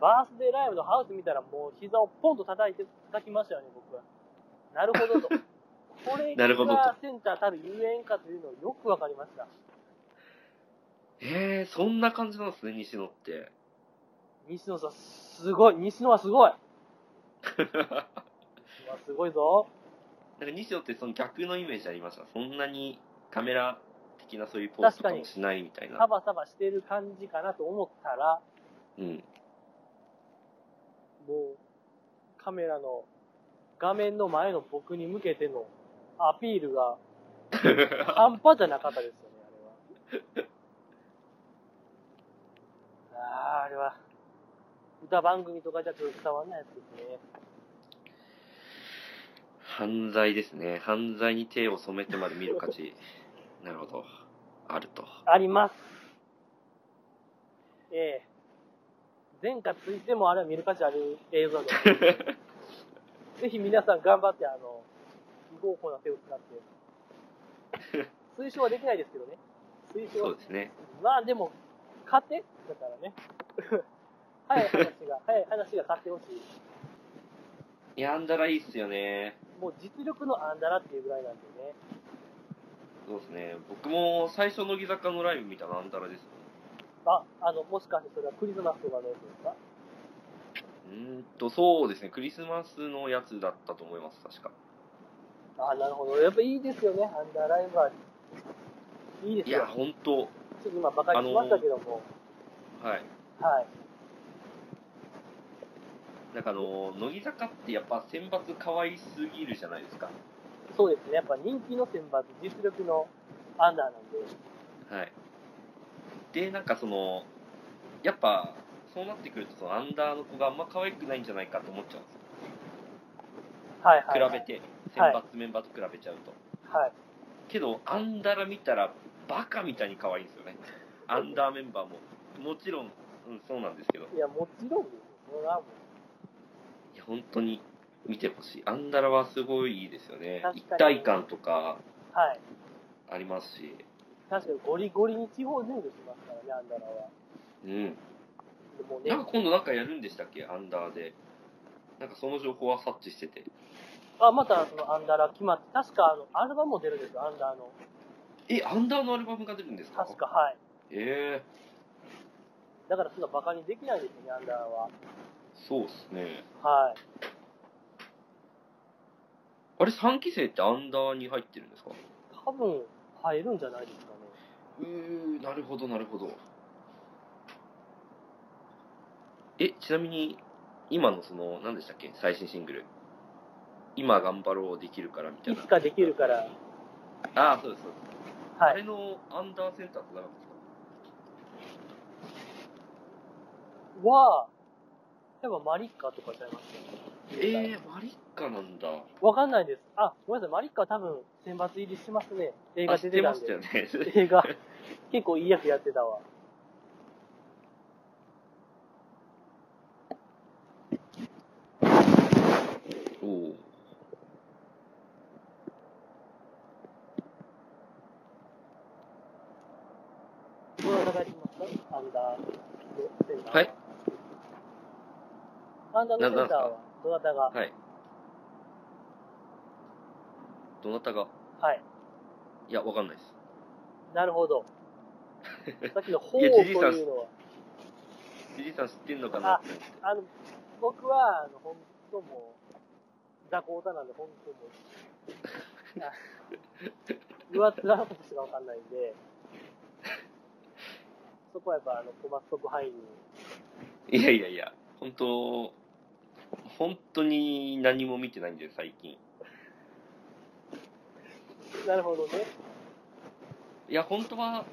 Speaker 2: バースデーライブのハウス見たら、もう膝をポンと叩いて、叩きましたよね、僕は。なる ほどと。これ
Speaker 3: なるほどと
Speaker 2: がセンターたるゆえんかというのをよくわかりました。
Speaker 3: ええそんな感じなんですね、西野って。
Speaker 2: 西野さん、すごい。西野はすごい。
Speaker 3: なん
Speaker 2: 西野はすごいぞ。
Speaker 3: か西野ってその逆のイメージありました。そんなにカメラ的なそういうポーズとかもしないみたい
Speaker 2: サ
Speaker 3: な。
Speaker 2: バサバしてる感じかなと思ったら、
Speaker 3: うん。
Speaker 2: もう、カメラの、画面の前の僕に向けてのアピールが半端じゃなかったですよね、あれは。あーあれは、歌番組とかじゃちょっと伝わんないやつですね。
Speaker 3: 犯罪ですね。犯罪に手を染めてまで見る価値。なるほど。あると。
Speaker 2: あります。ええ前科ついてもあれは見る価値ある映像だと思い ます。ぜひ皆さん頑張って、あの、不合法な手を使って。推奨はできないですけどね。推奨
Speaker 3: そ
Speaker 2: は
Speaker 3: うですね。
Speaker 2: まあでも、勝てだからね。 早い話が、早い話が勝ってほしい。
Speaker 3: いや、あんだらいいっすよね。
Speaker 2: もう実力のあんだらっていうぐらいなんでね。
Speaker 3: そうですね。僕も最初乃木坂のライブ見たのあんだらです。
Speaker 2: あ、あの、もしかしてそれはクリスマスとかのやつですか
Speaker 3: うーんと、そうですね。クリスマスのやつだったと思います、確か。
Speaker 2: あ、なるほど。やっぱいいですよね、アンダーライブは。いいで
Speaker 3: い
Speaker 2: す
Speaker 3: や、
Speaker 2: よ。
Speaker 3: ほんと。
Speaker 2: ちょっと今バカにしましたけども。
Speaker 3: はい。
Speaker 2: はい。
Speaker 3: なんかあの、乃木坂ってやっぱ選抜可愛すぎるじゃないですか。
Speaker 2: そうですね。やっぱ人気の選抜、実力のアンダーなんで。
Speaker 3: はい。で、なんかその、やっぱ、そうなってくると、そのアンダーの子があんま可愛くないんじゃないかと思っちゃうんですよ。
Speaker 2: はいはい、はい。
Speaker 3: 比べ。て、選抜メンバーと比べちゃうと。
Speaker 2: はい。
Speaker 3: けど、アンダー見たら、バカみたいに可愛いんですよね。アンダーメンバーも。もちろん、うん、そうなんですけど。
Speaker 2: いや、もちろんですよ。それはもう
Speaker 3: いや、本当に見てほしい。アンダラはすごいいいですよね
Speaker 2: 確。かに
Speaker 3: 一体感とか
Speaker 2: はい。
Speaker 3: ありますし。
Speaker 2: 確かにゴリゴリに地方巡業してますからね、アンダーラは。
Speaker 3: うん。
Speaker 2: でもうね
Speaker 3: なん、か今度なんかやるんでしたっけアンダーで。なんかその情報は察知してて。
Speaker 2: あ、またそのアンダーラ決まって、確かあの、アルバムも出るんですよ、アンダーの。
Speaker 3: え、アンダーのアルバムが出るんですか
Speaker 2: 確か、。はい。
Speaker 3: ええ
Speaker 2: だからそんなバカにできないですよね、アンダーラは。
Speaker 3: そうっすね。
Speaker 2: はい。
Speaker 3: あれ、3期生ってアンダーに入ってるんですか
Speaker 2: 多分、入るんじゃないですかね。
Speaker 3: うー、なるほど、なるほど。え、ちなみに、今のその、何でしたっけ最新シングル。今頑張ろうできるからみたい
Speaker 2: い
Speaker 3: な
Speaker 2: つ。かできるから、
Speaker 3: ああ、そうです、そうです。
Speaker 2: は
Speaker 3: あれ
Speaker 2: い。
Speaker 3: のアンダーセンターって何なんですか
Speaker 2: は、例えばマリッカとかちゃいます
Speaker 3: ええー、マリッカなんだ。
Speaker 2: わかんないです。あ、ごめんなさい、マリッカは多分、選抜入りしてますね。映画
Speaker 3: あ、知
Speaker 2: 出
Speaker 3: って
Speaker 2: てた
Speaker 3: ま
Speaker 2: ん
Speaker 3: し
Speaker 2: で。
Speaker 3: たよね。
Speaker 2: 映画、結構いい役やってたわ。
Speaker 3: おお。
Speaker 2: アンダーセンター。
Speaker 3: はい。
Speaker 2: アンダーのセンター
Speaker 3: ななん
Speaker 2: は、どなたが、
Speaker 3: はい。どなたが
Speaker 2: はい。
Speaker 3: いや、わかんないです。
Speaker 2: なるほ ど。さっきの方と
Speaker 3: いや
Speaker 2: い
Speaker 3: じいさん
Speaker 2: うのは、
Speaker 3: じじいさん知ってんのかなって思って。
Speaker 2: あの、僕は、あの、本当もう、雑魚歌なんで、本当もう、あ 上手なことしかわかんないんで、そこはやっぱ、あの、小松特派員に、
Speaker 3: いやいやいや、本当、本当に何も見てないんだよ、最近。
Speaker 2: なるほどね。
Speaker 3: いや、本当は、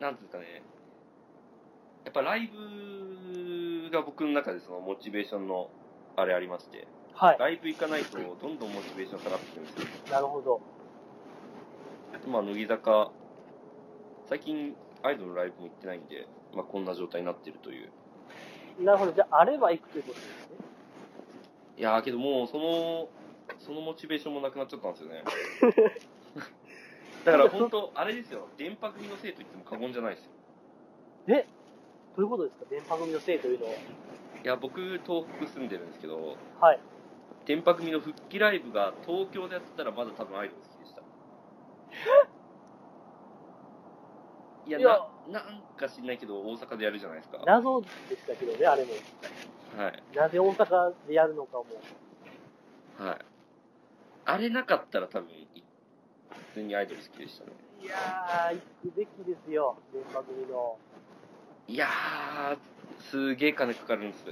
Speaker 3: なんていうんですかね、やっぱライブが僕の中でそのモチベーションのあれありまして、
Speaker 2: はい。
Speaker 3: ライブ行かないとどんどんモチベーション下がってくるんですよ。
Speaker 2: なるほど。
Speaker 3: まあ、乃木坂、最近アイドルのライブも行ってないんで、まあ、こんな状態になってるという。
Speaker 2: なるほど。じゃあ、あれば行くということですね。
Speaker 3: いやー、けどもう、その、そのモチベーションもなくなっちゃったんですよね。だから本当、 あれですよ、電波組のせいと言っても過言じゃないですよ。
Speaker 2: どういうことですか電波組のせいというのは。
Speaker 3: いや、僕、東北住んでるんですけど、
Speaker 2: はい。
Speaker 3: 電波組の復帰ライブが東京でやってたらまだ多分アイドル好きで した。いや、
Speaker 2: いや
Speaker 3: ななんか知んないけど、大阪でやるじゃないですか。は
Speaker 2: 謎でしたけどね、あれも。
Speaker 3: い。
Speaker 2: なぜ大阪でやるのかも。
Speaker 3: はい。あれなかったら多分、い普通にアイドル好きでしたね。
Speaker 2: いやー、行くべきですよ。電波組の。
Speaker 3: いやー、すげえ金かかるん です。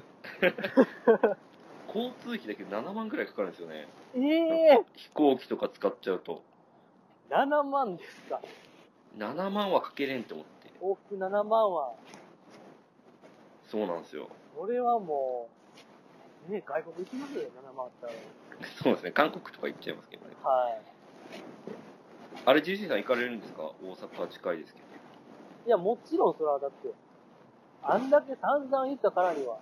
Speaker 3: 交通費だけで7万くらいかかるんですよね。
Speaker 2: ええ
Speaker 3: 飛行機とか使っちゃうと。
Speaker 2: ー、!7 万ですか。
Speaker 3: 7万はかけれんって思って。
Speaker 2: 往復7万は。
Speaker 3: そうなんですよ。
Speaker 2: これはもう、ね、外国行きますよ、7万あったら。
Speaker 3: そうですね。韓国とか行っちゃいますけどね。
Speaker 2: はい。
Speaker 3: あれ、ジューシーさん行かれるんですか大阪は近いですけど。
Speaker 2: いや、もちろんそれはだって、あんだけ散々行ったからには、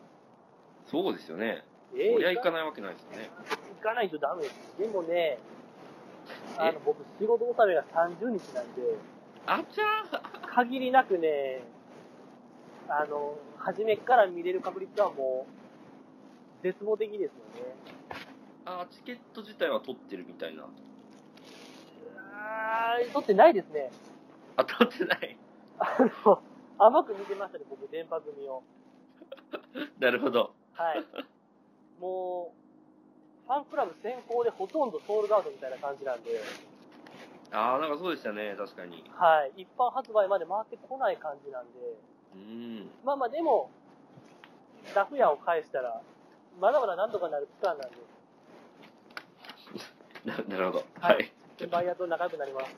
Speaker 3: そうですよね。
Speaker 2: ええ
Speaker 3: 親行かないわけないですよね。
Speaker 2: 行かないとダメです。でもね、あの、僕、仕事納めが30日なんで、
Speaker 3: あちゃ
Speaker 2: 限りなくね、あの、初めから見れる確率はもう、絶望的ですよね。
Speaker 3: ーあー、チケット自体は取ってるみたいな。
Speaker 2: あー、撮ってないですね。
Speaker 3: あ、取ってない。
Speaker 2: あの、甘く見てましたね、僕、電波組を。
Speaker 3: なるほど。
Speaker 2: はい。もう、ファンクラブ先行でほとんどソールドアウトみたいな感じなんで、
Speaker 3: ああ、なんかそうでしたね。確かに。
Speaker 2: はい。一般発売まで回ってこない感じなんで、
Speaker 3: うーん。
Speaker 2: まあまあでも、ダフ屋を返したら、まだまだなんとかなる期間なんで、
Speaker 3: ななるほど。
Speaker 2: はい
Speaker 3: はい。
Speaker 2: バイヤーと仲良くなります。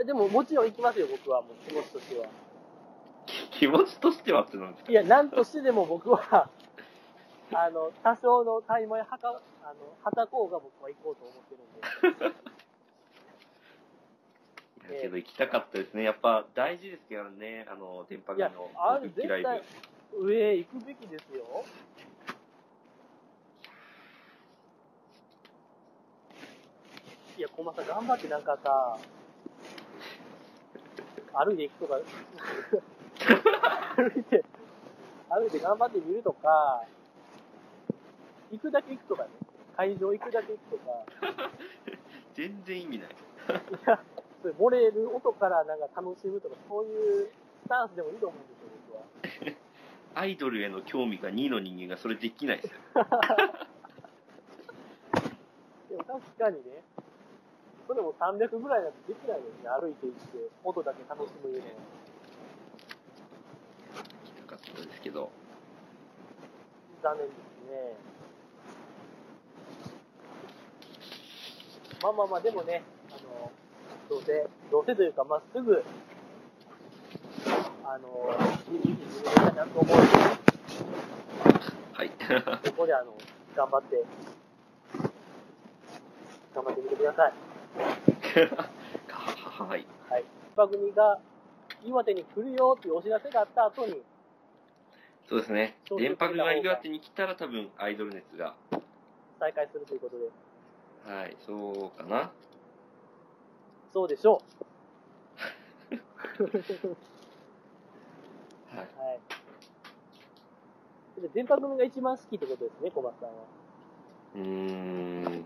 Speaker 2: えでも、もちろん行きますよ、僕は、もう気持ちとしては。
Speaker 3: 気持ちとしてはってなんですか
Speaker 2: いや、なんとしてでも僕は、あの、多少のタイムやはか、あの、はたこうが僕は行こうと思ってるんで。
Speaker 3: いやけど行きたかったですね。やっぱ大事ですけどね、あの、電波組
Speaker 2: いや
Speaker 3: の
Speaker 2: あれ
Speaker 3: 復帰ライブ。
Speaker 2: 絶上へ行くべきですよ。いや、小松さん頑張ってなんかさ、歩いて行くとか、歩いて、歩いて頑張ってみるとか、行くだけ行くとかね、会場行くだけ行くとか、
Speaker 3: 全然意味ない。
Speaker 2: それ漏れる音からなんか楽しむとか、そういうスタンスでもいいと思うんですよ、僕は。
Speaker 3: アイドルへの興味が2の人間がそれできないですよ。
Speaker 2: でも確かにね、それも300ぐらいだとできないですね、歩いて行って、音だけ楽しむよりも。
Speaker 3: 行きたかったですけど。
Speaker 2: 残念ですね。まあまあまあ、でもね、あの、どうせ、どうせというか、まっすぐ、あの、自分だなと思うの
Speaker 3: はい。
Speaker 2: で、ここであの、頑張って、頑張ってみてください。
Speaker 3: はい。
Speaker 2: はい。番組が岩手に来るよっていうお知らせがあった後に、
Speaker 3: そうですね
Speaker 2: そ。う
Speaker 3: 電波組が岩手に来たら多分アイドル熱が。
Speaker 2: 再開するということで、
Speaker 3: はい、そうかな。
Speaker 2: そうでしょ。
Speaker 3: はいう
Speaker 2: はい。で電波組が一番好きってことですね、小松さんは。
Speaker 3: うーん、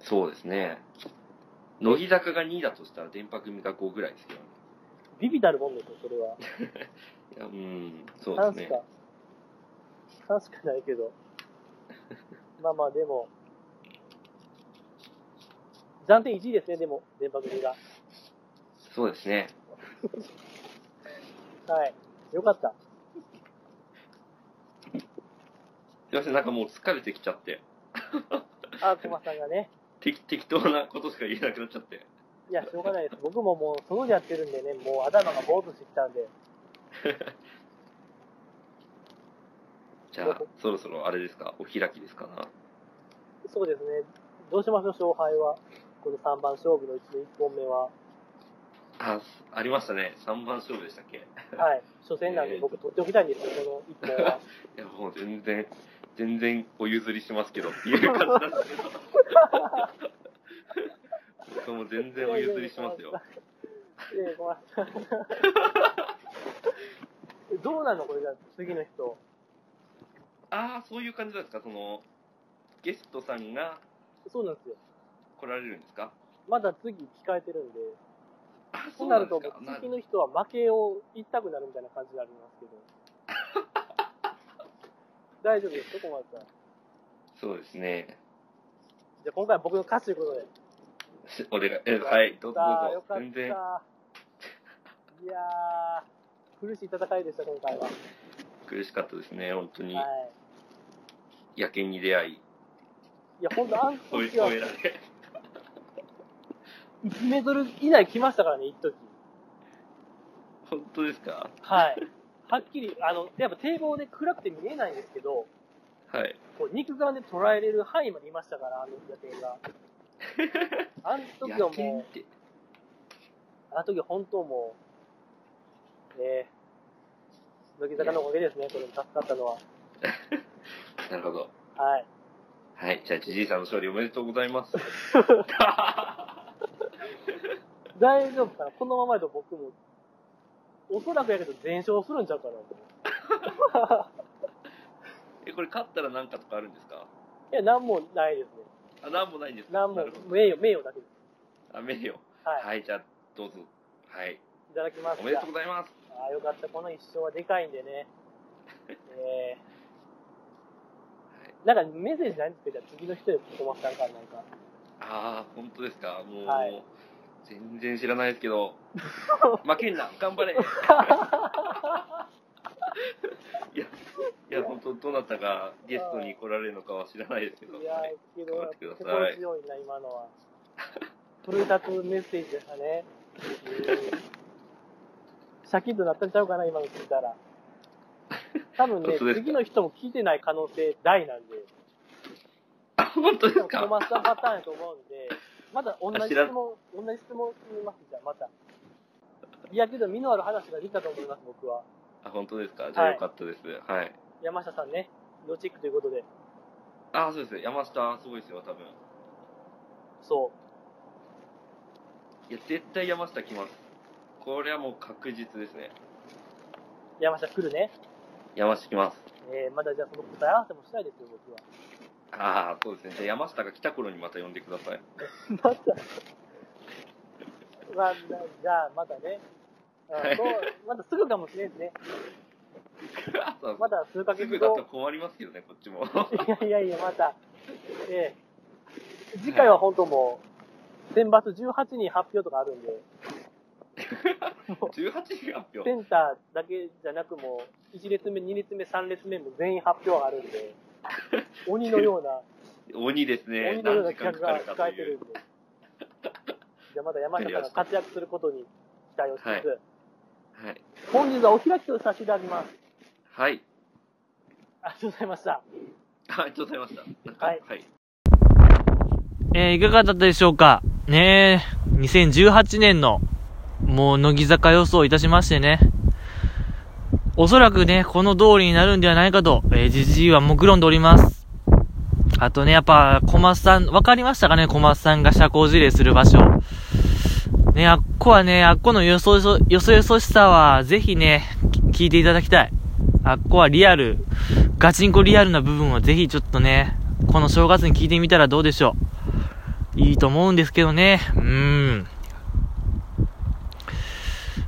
Speaker 3: そうですね。乃木坂が2位だとしたら、電波組が5ぐらいですけどね。
Speaker 2: ビビたるもんですよ、それは。
Speaker 3: いやうーん、そう
Speaker 2: 半
Speaker 3: で
Speaker 2: し
Speaker 3: すね
Speaker 2: か。、半しかないけど。まあまあ、でも、暫定1位ですね、でも、電波組が。
Speaker 3: そうですね。
Speaker 2: はい。よかった。
Speaker 3: すいません、なんかもう疲れてきちゃって、
Speaker 2: あ、小松さんがね。
Speaker 3: 適適当なことしか言えなくなっちゃって。
Speaker 2: いや、しょうがないです。僕ももう、ソロでやってるんでね、もう頭がぼーっとしてきたんで。
Speaker 3: じゃあ、そろそろあれですか、お開きですかな。
Speaker 2: そうですね。どうしましょう、勝敗は。この3番勝負のうちの1本目は。
Speaker 3: あ、ありましたね。3番勝負でしたっけ
Speaker 2: はい。初戦なんで僕取っておきたいんですよ、この1本は。
Speaker 3: いや、もう全然、全然お譲りしますけどっていう感じなんで すけど。僕も全然お譲りしますよ。
Speaker 2: ええ、ごめんなさい。どうなのこれじゃあ次の人。
Speaker 3: ああ、そういう感じなんですかその、ゲストさんが
Speaker 2: そうなんですよ。
Speaker 3: 来られるんですか
Speaker 2: まだ次控えてるんで、
Speaker 3: あ
Speaker 2: そうなると
Speaker 3: そうなんですか
Speaker 2: 次の人は負けを言いたくなるみたいな感じになりますけど。大丈夫ですか、小松さん。じ
Speaker 3: そうですね。
Speaker 2: ゃあ今回は僕の勝ちということで。
Speaker 3: お願い、えはい、どうぞ
Speaker 2: さあ、
Speaker 3: ど
Speaker 2: よ
Speaker 3: う
Speaker 2: か
Speaker 3: ぞ。
Speaker 2: った。
Speaker 3: 全然
Speaker 2: いや。ー、苦しい戦いでした、今回は。はい。
Speaker 3: 苦しかったですね、本当に。野犬に出会い、
Speaker 2: いや、本当あの
Speaker 3: 褒め
Speaker 2: 時は
Speaker 3: 褒められ。
Speaker 2: 1メートル以内来ましたからね、一時。
Speaker 3: 本当ですか
Speaker 2: はい。はっきり、あの、やっぱ堤防で暗くて見えないんですけど、
Speaker 3: はい。
Speaker 2: こう肉眼で捉えれる範囲までいましたから、あの夜景 が。あの時は
Speaker 3: 野犬っ
Speaker 2: も
Speaker 3: て、
Speaker 2: う、あの時は本当もう、ねえ、乃木坂のおかげですね、これ助かったのは。
Speaker 3: なるほど。
Speaker 2: はい。
Speaker 3: はい、じゃあ、じじいさんの勝利おめでとうござ います。
Speaker 2: 大丈夫かなこのままだと僕も、おそらくやけど全勝するんちゃうかな。
Speaker 3: え、これ勝ったら何かとかあるんですか
Speaker 2: いや、なんもないですね。
Speaker 3: あ、なんもないんですか
Speaker 2: なんも
Speaker 3: るほ、ど
Speaker 2: 名誉、名誉だけです。
Speaker 3: あ、名誉。
Speaker 2: はい。
Speaker 3: はい、じゃあ、どうぞ。はい。
Speaker 2: いただきます。
Speaker 3: おめでとうございます。
Speaker 2: ああ、よかった。この一生はでかいんで ね。えー、なんかメッセージないんですけど、次の人で小松さんからなんか。
Speaker 3: ああ、本当ですか。もう、
Speaker 2: はい
Speaker 3: 全然知らないです けど、負けんな、頑張れ。いや、いや、本当どなたがゲストに来られるのかは知らないですけど、
Speaker 2: いや
Speaker 3: はい
Speaker 2: ー、け
Speaker 3: 頑張
Speaker 2: ど
Speaker 3: ってくだ、さい
Speaker 2: 心強いな、今のは。奮い立つメッセージでしたね。うんシャキッとなったんちゃうかな、今の聞いたら。多分ね
Speaker 3: 本当で、すか
Speaker 2: 次の人も聞いてない可能性大なんで、
Speaker 3: あ、本当で
Speaker 2: ですも小
Speaker 3: か。
Speaker 2: 松さんパターンやと思うんで、まだ同じ
Speaker 3: 知らん
Speaker 2: 質問、同じ質問言います、じゃあまた。いやけど、身のある話ができたと思います、僕は。
Speaker 3: あ、本当ですか。じゃあ、
Speaker 2: はい
Speaker 3: よかったです。はい。
Speaker 2: 山下さんね、ノーチェックということで、
Speaker 3: あ、そうです。山下、すごいですよ、多分。
Speaker 2: そ
Speaker 3: いや、絶対山下来ます。これはもう確実ですね。
Speaker 2: う、山下来るね。
Speaker 3: 山下来ます。
Speaker 2: えー、まだじゃあその答え合わせもしないですよ、僕は。
Speaker 3: ああ、そうですね。じゃあ山下が来た頃にまた呼んでくだ さい。
Speaker 2: また、まあ、じゃあまたね、うんそうまだすぐかもしれんですね。
Speaker 3: そう
Speaker 2: まだ数ヶ
Speaker 3: す
Speaker 2: 月
Speaker 3: ぐだと
Speaker 2: 後。
Speaker 3: 困りますけどね、こっちも。
Speaker 2: いやいやいや、また。ええ次回は本当もう、選抜18人発表とかあるんで、
Speaker 3: 18時発表。
Speaker 2: センターだけじゃなくもう、1列目、2列目、3列目も全員発表があるん で、鬼のような、
Speaker 3: 鬼ですね。
Speaker 2: 鬼のような
Speaker 3: 何時間
Speaker 2: 企
Speaker 3: か
Speaker 2: 画
Speaker 3: か
Speaker 2: が控
Speaker 3: るかと
Speaker 2: えて
Speaker 3: い
Speaker 2: る。
Speaker 3: うん
Speaker 2: で。じゃあまだ山下さんが活躍することに期待をしつつ、
Speaker 3: はいはい。
Speaker 2: 本日はお開きとさせていただきます。
Speaker 3: はい。
Speaker 2: ありがとうございました。
Speaker 3: ありがとうございました。なんか
Speaker 2: はい
Speaker 3: はい。
Speaker 4: えーいかがだったでしょうかねえ、2018年の、もう、乃木坂予想いたしましてね。おそらくね、この通りになるんではないかと、えー、じじいは目論んでおります。あとね、やっぱ、小松さん、わかりましたかね小松さんが社交辞令する場所。
Speaker 2: ね、あっこはね、あっこのよそよそ、よそよそしさは、ぜひね、き聞いていただきたい。あっこはリアル、ガチンコリアルな部分をぜひちょっとね、この正月に聞いてみたらどうでしょう。いいと思うんですけどね。うーん。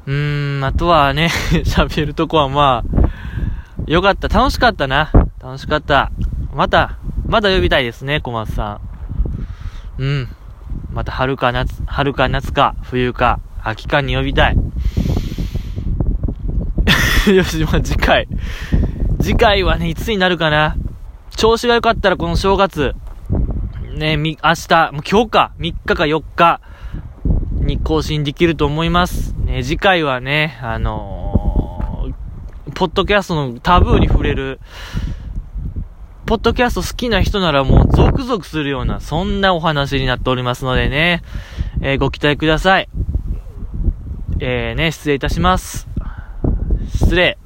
Speaker 2: うーん、あとはね、 喋るとこはまあ、よかった。楽しかったな。楽しかった。また、まだ呼びたいですね、小松さん。うん。また春か夏、春か夏か、冬か、秋かに呼びたい。 よし、まあ次回。次回はね、いつになるかな。調子が良かったらこの正月、ね、み、明日、もう今日か、3日か4日に更新できると思います。ね、次回はね、あのーポッドキャストのタブーに触れる、ポッドキャスト好きな人ならもうゾクゾクするような、そんなお話になっておりますのでね、えーご期待ください。えー、ね、失礼いたします。失礼。